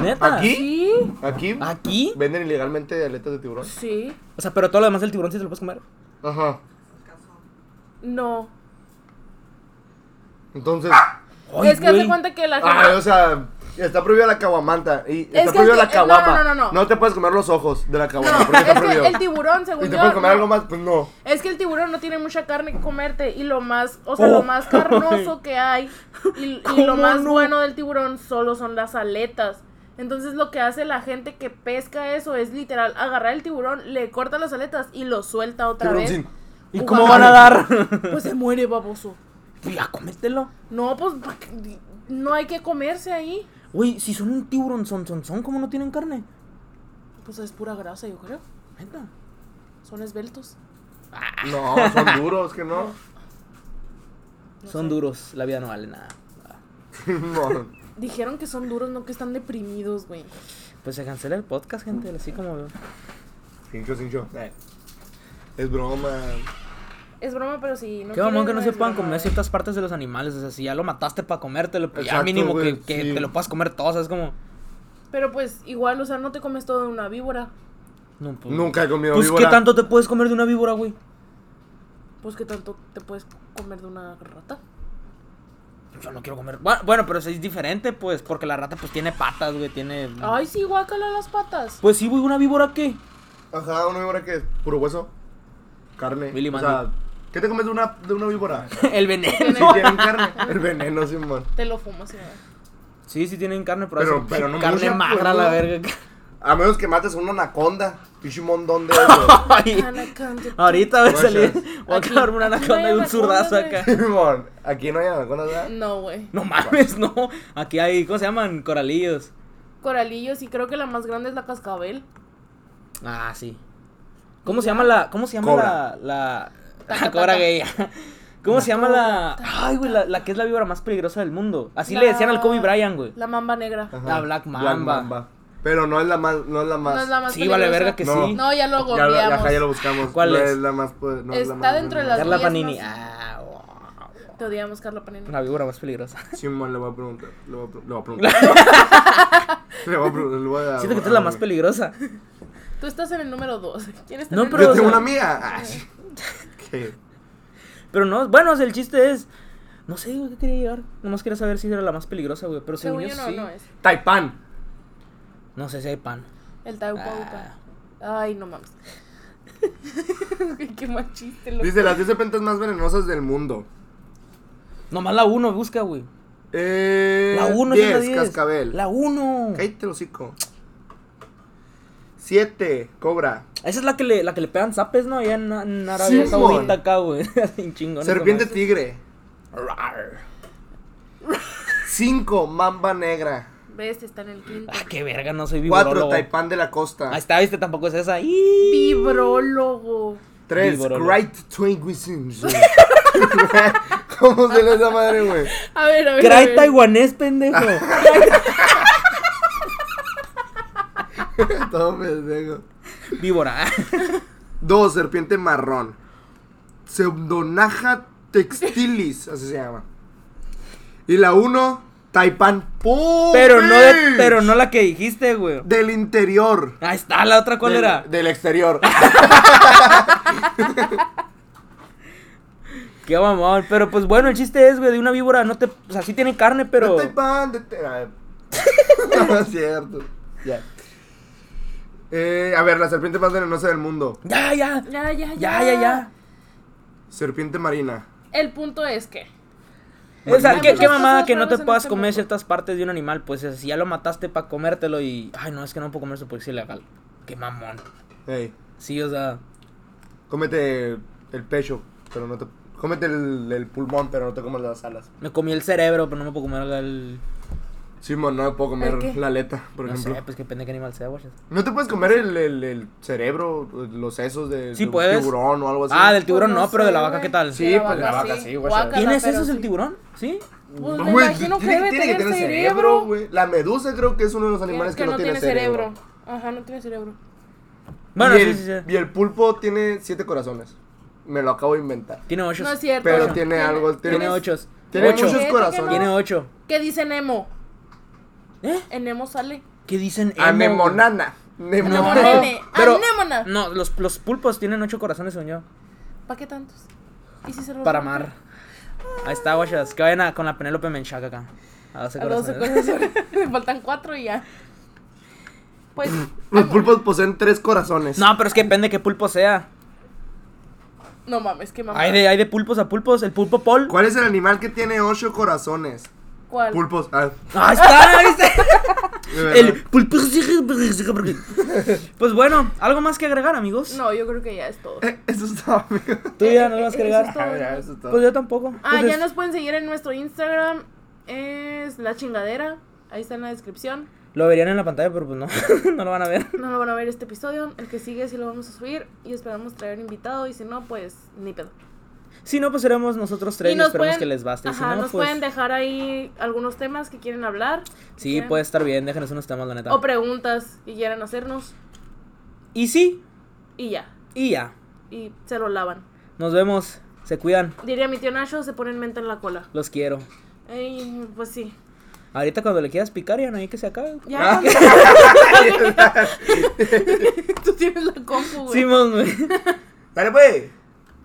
Speaker 2: Neta.
Speaker 1: ¿Aquí?
Speaker 3: Sí.
Speaker 1: Aquí
Speaker 2: ¿Aquí?
Speaker 1: venden ilegalmente aletas de tiburón.
Speaker 3: Sí.
Speaker 2: O sea, pero todo lo demás del tiburón sí te lo puedes comer.
Speaker 1: Ajá.
Speaker 3: No.
Speaker 1: Entonces.
Speaker 3: Ah.
Speaker 2: Ay,
Speaker 3: es que haz de
Speaker 2: güey.
Speaker 3: cuenta que la
Speaker 1: Ah, o
Speaker 3: gente...
Speaker 1: sea, está prohibida la caguamanta. Y
Speaker 3: Es
Speaker 1: está
Speaker 3: que
Speaker 1: prohibida
Speaker 3: el
Speaker 1: la
Speaker 3: ti- eh, no,
Speaker 1: caguama.
Speaker 3: no, no, no, no.
Speaker 1: te puedes comer los ojos de la caguama.
Speaker 3: no,
Speaker 1: porque está
Speaker 3: es
Speaker 1: prohibido.
Speaker 3: que el tiburón,
Speaker 1: ¿Y
Speaker 3: según
Speaker 1: te
Speaker 3: yo,
Speaker 1: puedes comer
Speaker 3: no.
Speaker 1: algo más? Pues no.
Speaker 3: Es que el tiburón no tiene mucha carne que comerte y lo más, o sea,
Speaker 2: Oh.
Speaker 3: lo más carnoso que hay y, y
Speaker 2: ¿Cómo
Speaker 3: lo más
Speaker 2: no?
Speaker 3: bueno del tiburón solo son las aletas. Entonces lo que hace la gente que pesca eso es literal agarrar el tiburón, le corta las aletas y lo suelta otra vez.
Speaker 1: Tiburoncín.
Speaker 2: ¿Y cómo van a dar?
Speaker 3: Pues se muere baboso.
Speaker 2: Pues ya, comételo.
Speaker 3: No, pues pa' que- no hay que comerse ahí.
Speaker 2: Güey, si son un tiburón son son son, ¿cómo no tienen carne?
Speaker 3: Pues es pura grasa, yo creo.
Speaker 2: Neta.
Speaker 3: Son esbeltos.
Speaker 1: No, son duros, que no.
Speaker 2: Son duros, la vida no vale nada. Ah,
Speaker 1: no.
Speaker 3: Dijeron que son duros, no que están deprimidos, güey.
Speaker 2: Pues se cancela el podcast, gente, así como.
Speaker 1: Cincho, cincho. Eh. Es broma.
Speaker 3: Es broma, pero si no
Speaker 2: Qué mamón
Speaker 3: quieren,
Speaker 2: que no se
Speaker 3: es
Speaker 2: puedan
Speaker 3: broma,
Speaker 2: comer
Speaker 3: güey.
Speaker 2: ciertas partes de los animales. O sea, si ya lo mataste para comértelo, pues ya
Speaker 1: Exacto,
Speaker 2: mínimo
Speaker 1: güey,
Speaker 2: que, que
Speaker 1: sí.
Speaker 2: te lo puedas comer todo. o sea, es como.
Speaker 3: Pero pues igual, o sea, no te comes todo de una víbora.
Speaker 2: No, pues,
Speaker 1: Nunca he comido
Speaker 2: Pues,
Speaker 1: víbora.
Speaker 2: ¿qué tanto te puedes comer de una víbora, güey?
Speaker 3: Pues qué tanto te puedes comer de una rata.
Speaker 2: Yo no quiero comer. Bueno, bueno, pero eso es diferente, pues, porque la rata, pues, tiene patas, güey, tiene.
Speaker 3: Ay, sí, guácala las patas.
Speaker 2: Pues sí, güey, una víbora, ¿qué?
Speaker 1: Ajá, una víbora que es puro hueso, carne.
Speaker 2: Billy
Speaker 1: o
Speaker 2: Mandy.
Speaker 1: sea, ¿qué te comes de una, de una víbora?
Speaker 2: el veneno.
Speaker 1: Sí, tienen carne. El veneno, Simón.
Speaker 3: Te lo fumas, señora.
Speaker 2: Sí, sí tienen carne, pero,
Speaker 1: Pero-
Speaker 2: hacen
Speaker 1: pero no
Speaker 2: carne
Speaker 1: mucha,
Speaker 2: magra,
Speaker 1: pues,
Speaker 2: la
Speaker 1: ¿no?
Speaker 2: verga.
Speaker 1: A menos que mates una anaconda. Pichimondón de eso.
Speaker 3: Ah,
Speaker 2: Ay,
Speaker 3: Anaconda.
Speaker 2: ahorita voy a salir.
Speaker 1: Guachas.
Speaker 2: Voy a
Speaker 3: Aquí-
Speaker 2: acabar una
Speaker 3: aquí no
Speaker 2: anaconda
Speaker 3: hay
Speaker 2: y un
Speaker 3: anaconda,
Speaker 2: zurdazo
Speaker 3: güey.
Speaker 2: acá.
Speaker 1: Simón, aquí no hay anacondas, ¿verdad?
Speaker 3: No, güey.
Speaker 2: No mames, no. Aquí hay, ¿cómo se llaman? Coralillos.
Speaker 3: Coralillos y creo que la más grande es la cascabel.
Speaker 2: Ah, sí. ¿Cómo se llama la. ¿Cómo se llama
Speaker 1: Cobra.
Speaker 2: la. la...
Speaker 3: Taca,
Speaker 2: cobra
Speaker 3: taca.
Speaker 2: gay. ¿Cómo se llama la.
Speaker 3: Taca,
Speaker 2: Ay, güey, la, la que es la víbora más peligrosa del mundo. Así
Speaker 3: La-
Speaker 2: le decían al Kobe Bryant, güey.
Speaker 3: La mamba negra.
Speaker 1: Ajá.
Speaker 2: La Black Mamba.
Speaker 1: Pero no es la más. No es la más.
Speaker 3: No es la más
Speaker 2: Sí, vale
Speaker 3: peligrosa.
Speaker 2: verga que
Speaker 1: No.
Speaker 2: sí.
Speaker 3: No, ya lo
Speaker 1: ya, la- ya,
Speaker 3: googleamos.
Speaker 1: ajá, ya lo buscamos.
Speaker 2: ¿Cuál
Speaker 1: no
Speaker 2: es?
Speaker 1: la más. pues, no es la
Speaker 3: Está
Speaker 1: más-
Speaker 3: dentro de las-
Speaker 2: Carla
Speaker 3: diez
Speaker 2: Panini.
Speaker 3: más-
Speaker 2: Ah, wow.
Speaker 3: Te odiamos, Carla Panini.
Speaker 2: Una víbora más peligrosa.
Speaker 1: Simón, le voy a preguntar. Le voy a, pre- le voy a preguntar. le voy a preguntar. le voy a-
Speaker 2: Siento que tú eres la más peligrosa.
Speaker 3: Tú estás en el número 2. ¿Quién está
Speaker 2: No,
Speaker 3: en el
Speaker 2: pero-
Speaker 1: Yo tengo
Speaker 3: número
Speaker 2: o sea-
Speaker 1: una amiga. Ah, sí. ¿Qué?
Speaker 2: Pero no, bueno, o sea, el chiste es. No sé, güey, ¿qué quería llegar? Nomás quería saber si era la más peligrosa, güey. Pero según,
Speaker 3: Según yo no,
Speaker 2: sí.
Speaker 3: no es.
Speaker 1: Taipan.
Speaker 2: No sé si hay pan.
Speaker 3: El Taupauta. Ay, no mames. Güey, Qué mal chiste, loco.
Speaker 1: Dice las 10 serpientes más venenosas del mundo.
Speaker 2: Nomás la uno, busca, güey.
Speaker 1: Eh,
Speaker 2: La 1 es la 10.
Speaker 1: cascabel.
Speaker 2: La 1.
Speaker 1: Cállate el hocico. 7, cobra.
Speaker 2: Esa es la que le, la que le pegan zapes, ¿no? Allá en, en Arabia
Speaker 1: Sí, güey.
Speaker 2: Saudita acá, güey. Así chingón.
Speaker 1: Serpiente tigre. 5, mamba negra.
Speaker 3: Ves, está en el quinto.
Speaker 2: Ah, qué verga, no soy
Speaker 1: 4,
Speaker 2: vibrólogo.
Speaker 1: taipán de la
Speaker 2: Ahí
Speaker 1: costa.
Speaker 2: está, viste, tampoco es esa. ¡Ih!
Speaker 3: Vibrólogo.
Speaker 1: 3,
Speaker 2: víborólogo.
Speaker 1: great twinguisms. ¿Cómo se le esa madre, güey?
Speaker 3: A ver, a ver. a
Speaker 2: Cray
Speaker 3: ver.
Speaker 2: taiwanés, pendejo.
Speaker 1: Todo pendejo.
Speaker 2: Víbora.
Speaker 1: 2, serpiente marrón. Pseudonaja textilis, así se llama. Y la 1, taipán. ¡Pum,
Speaker 2: Pero no, de-
Speaker 1: bitch!
Speaker 2: pero no la que dijiste, güey.
Speaker 1: Del interior.
Speaker 2: Ahí está, la otra, ¿cuál
Speaker 1: Del-
Speaker 2: era?
Speaker 1: Del exterior.
Speaker 2: Qué mamón. Pero pues bueno, el chiste es, güey, de una víbora no te. O sea, sí tiene carne, pero.
Speaker 1: De Taipán, de Ta- ah, No es cierto. Ya. Eh, a ver, la serpiente más venenosa del mundo.
Speaker 2: Ya, ya.
Speaker 3: Ya, ya, ya.
Speaker 2: Ya, ya, ya.
Speaker 1: Serpiente marina.
Speaker 3: El punto es que.
Speaker 2: O sea,
Speaker 1: Ay,
Speaker 2: ¿qué,
Speaker 1: pues,
Speaker 2: qué
Speaker 3: estas
Speaker 2: mamada
Speaker 3: son
Speaker 2: que no te
Speaker 3: pruebas en
Speaker 2: puedas
Speaker 3: este
Speaker 2: comer
Speaker 3: mundo.
Speaker 2: ciertas partes de un animal? Pues si ya lo mataste para comértelo y. Ay, no, es que no puedo comer eso porque es ilegal. Qué mamón.
Speaker 1: Ey,
Speaker 2: Sí, o sea.
Speaker 1: cómete el pecho, pero no te. Cómete el, el pulmón, pero no te comas las alas.
Speaker 2: Me comí el cerebro, pero no me puedo comer el.
Speaker 1: Simón, no me puedo
Speaker 3: ¿El
Speaker 1: comer
Speaker 3: qué?
Speaker 1: la aleta, por
Speaker 2: no
Speaker 1: ejemplo.
Speaker 2: sé, pues que depende de qué animal sea, güey.
Speaker 1: No te puedes comer el, el- el cerebro, los sesos de,
Speaker 2: Sí
Speaker 1: de un
Speaker 2: puedes.
Speaker 1: tiburón o algo así.
Speaker 2: Ah, del tiburón
Speaker 3: Pues
Speaker 2: no, pero de la
Speaker 3: sé,
Speaker 2: vaca,
Speaker 3: güey.
Speaker 2: ¿qué tal?
Speaker 1: Sí, pues, la vaca sí, güey.
Speaker 3: Guácala,
Speaker 2: ¿Tienes
Speaker 3: pero
Speaker 2: esos el
Speaker 3: sí.
Speaker 2: tiburón? ¿Sí.
Speaker 3: Pues
Speaker 1: No,
Speaker 3: me
Speaker 1: güey,
Speaker 3: imagino que
Speaker 1: tiene-
Speaker 3: debe
Speaker 1: tiene que
Speaker 3: tener
Speaker 1: tener cerebro,
Speaker 3: cerebro.
Speaker 1: güey. La medusa creo que es uno de los animales
Speaker 3: Que,
Speaker 1: que, no, tiene cerebro.
Speaker 3: Ajá, no tiene cerebro.
Speaker 2: Bueno,
Speaker 1: y,
Speaker 2: sí,
Speaker 1: el,
Speaker 2: sí, sí.
Speaker 1: y el pulpo tiene siete corazones. Me lo acabo de inventar.
Speaker 2: Tiene ocho.
Speaker 3: No es cierto.
Speaker 1: Pero
Speaker 3: ocho.
Speaker 1: tiene algo- tiene-
Speaker 2: Tiene ocho.
Speaker 1: Tiene
Speaker 2: Ocho.
Speaker 1: muchos
Speaker 3: Fíjate que
Speaker 1: corazones. Ah,
Speaker 3: no.
Speaker 2: Tiene ocho.
Speaker 3: ¿Qué dice Nemo?
Speaker 2: ¿Eh?
Speaker 3: En Nemo sale.
Speaker 2: ¿Qué dicen? emo, güey?
Speaker 1: Anemonana. Nemo-
Speaker 3: Anemonene.
Speaker 1: Pero-
Speaker 3: Anémona.
Speaker 2: No, los, los pulpos tienen ocho corazones, según yo.
Speaker 3: ¿Para qué tantos? ¿Y si se los
Speaker 2: Para
Speaker 3: rompe?
Speaker 2: amar. Ahí está, guachas. Que vayan a- con la Penélope Menchaca acá. A 12
Speaker 3: A 12
Speaker 2: corazones.
Speaker 3: corazones. Le faltan 4 y ya. Pues,
Speaker 1: Los pulpos poseen tres corazones.
Speaker 2: No, pero es que depende qué pulpo sea.
Speaker 3: no mames, qué mamá.
Speaker 2: Hay de, hay de pulpos a pulpos. El pulpo Paul.
Speaker 1: ¿Cuál es el animal que tiene ocho corazones?
Speaker 3: ¿Cuál?
Speaker 1: Pulpos. Ah,
Speaker 2: Ahí está, ¿viste?
Speaker 1: de verdad.
Speaker 2: El pulpo. Pues bueno, ¿algo más que agregar, amigos?
Speaker 3: No, yo creo que ya es todo.
Speaker 1: Eh, Eso es todo, amigo.
Speaker 2: Tú ya no vas a
Speaker 3: Eh, eh, eso
Speaker 2: agregar.
Speaker 3: es todo.
Speaker 1: Ah, ya, eso es todo.
Speaker 2: Pues yo tampoco.
Speaker 3: Ah, ya
Speaker 2: Entonces,
Speaker 3: nos pueden seguir en nuestro Instagram. Es la chingadera. Ahí está en la descripción.
Speaker 2: Lo verían en la pantalla, pero pues no. no lo van a ver.
Speaker 3: No lo van a ver este episodio. El que sigue sí lo vamos a subir. Y esperamos traer invitado. Y si no, pues ni pedo.
Speaker 2: Si no, pues seremos nosotros tres.
Speaker 3: y
Speaker 2: Y esperemos que les baste. Y si
Speaker 3: ajá,
Speaker 2: no,
Speaker 3: nos
Speaker 2: pues.
Speaker 3: pueden dejar ahí algunos temas que quieren hablar. que
Speaker 2: Sí, pues,
Speaker 3: quieran-
Speaker 2: puede estar bien. Déjenos unos temas, la neta.
Speaker 3: O preguntas que quieran hacernos.
Speaker 2: Y sí,
Speaker 3: Y ya.
Speaker 2: y ya.
Speaker 3: Y se lo lavan.
Speaker 2: Nos vemos. Se cuidan.
Speaker 3: Diría mi tío Nacho, se ponen menta en la cola.
Speaker 2: Los quiero.
Speaker 3: Ey, pues sí.
Speaker 2: Ahorita cuando le quieras picar, ya no hay que se acabe. Ah,
Speaker 3: Ya. Tú tienes la compu, güey.
Speaker 2: Simón, güey.
Speaker 1: Dale, pues.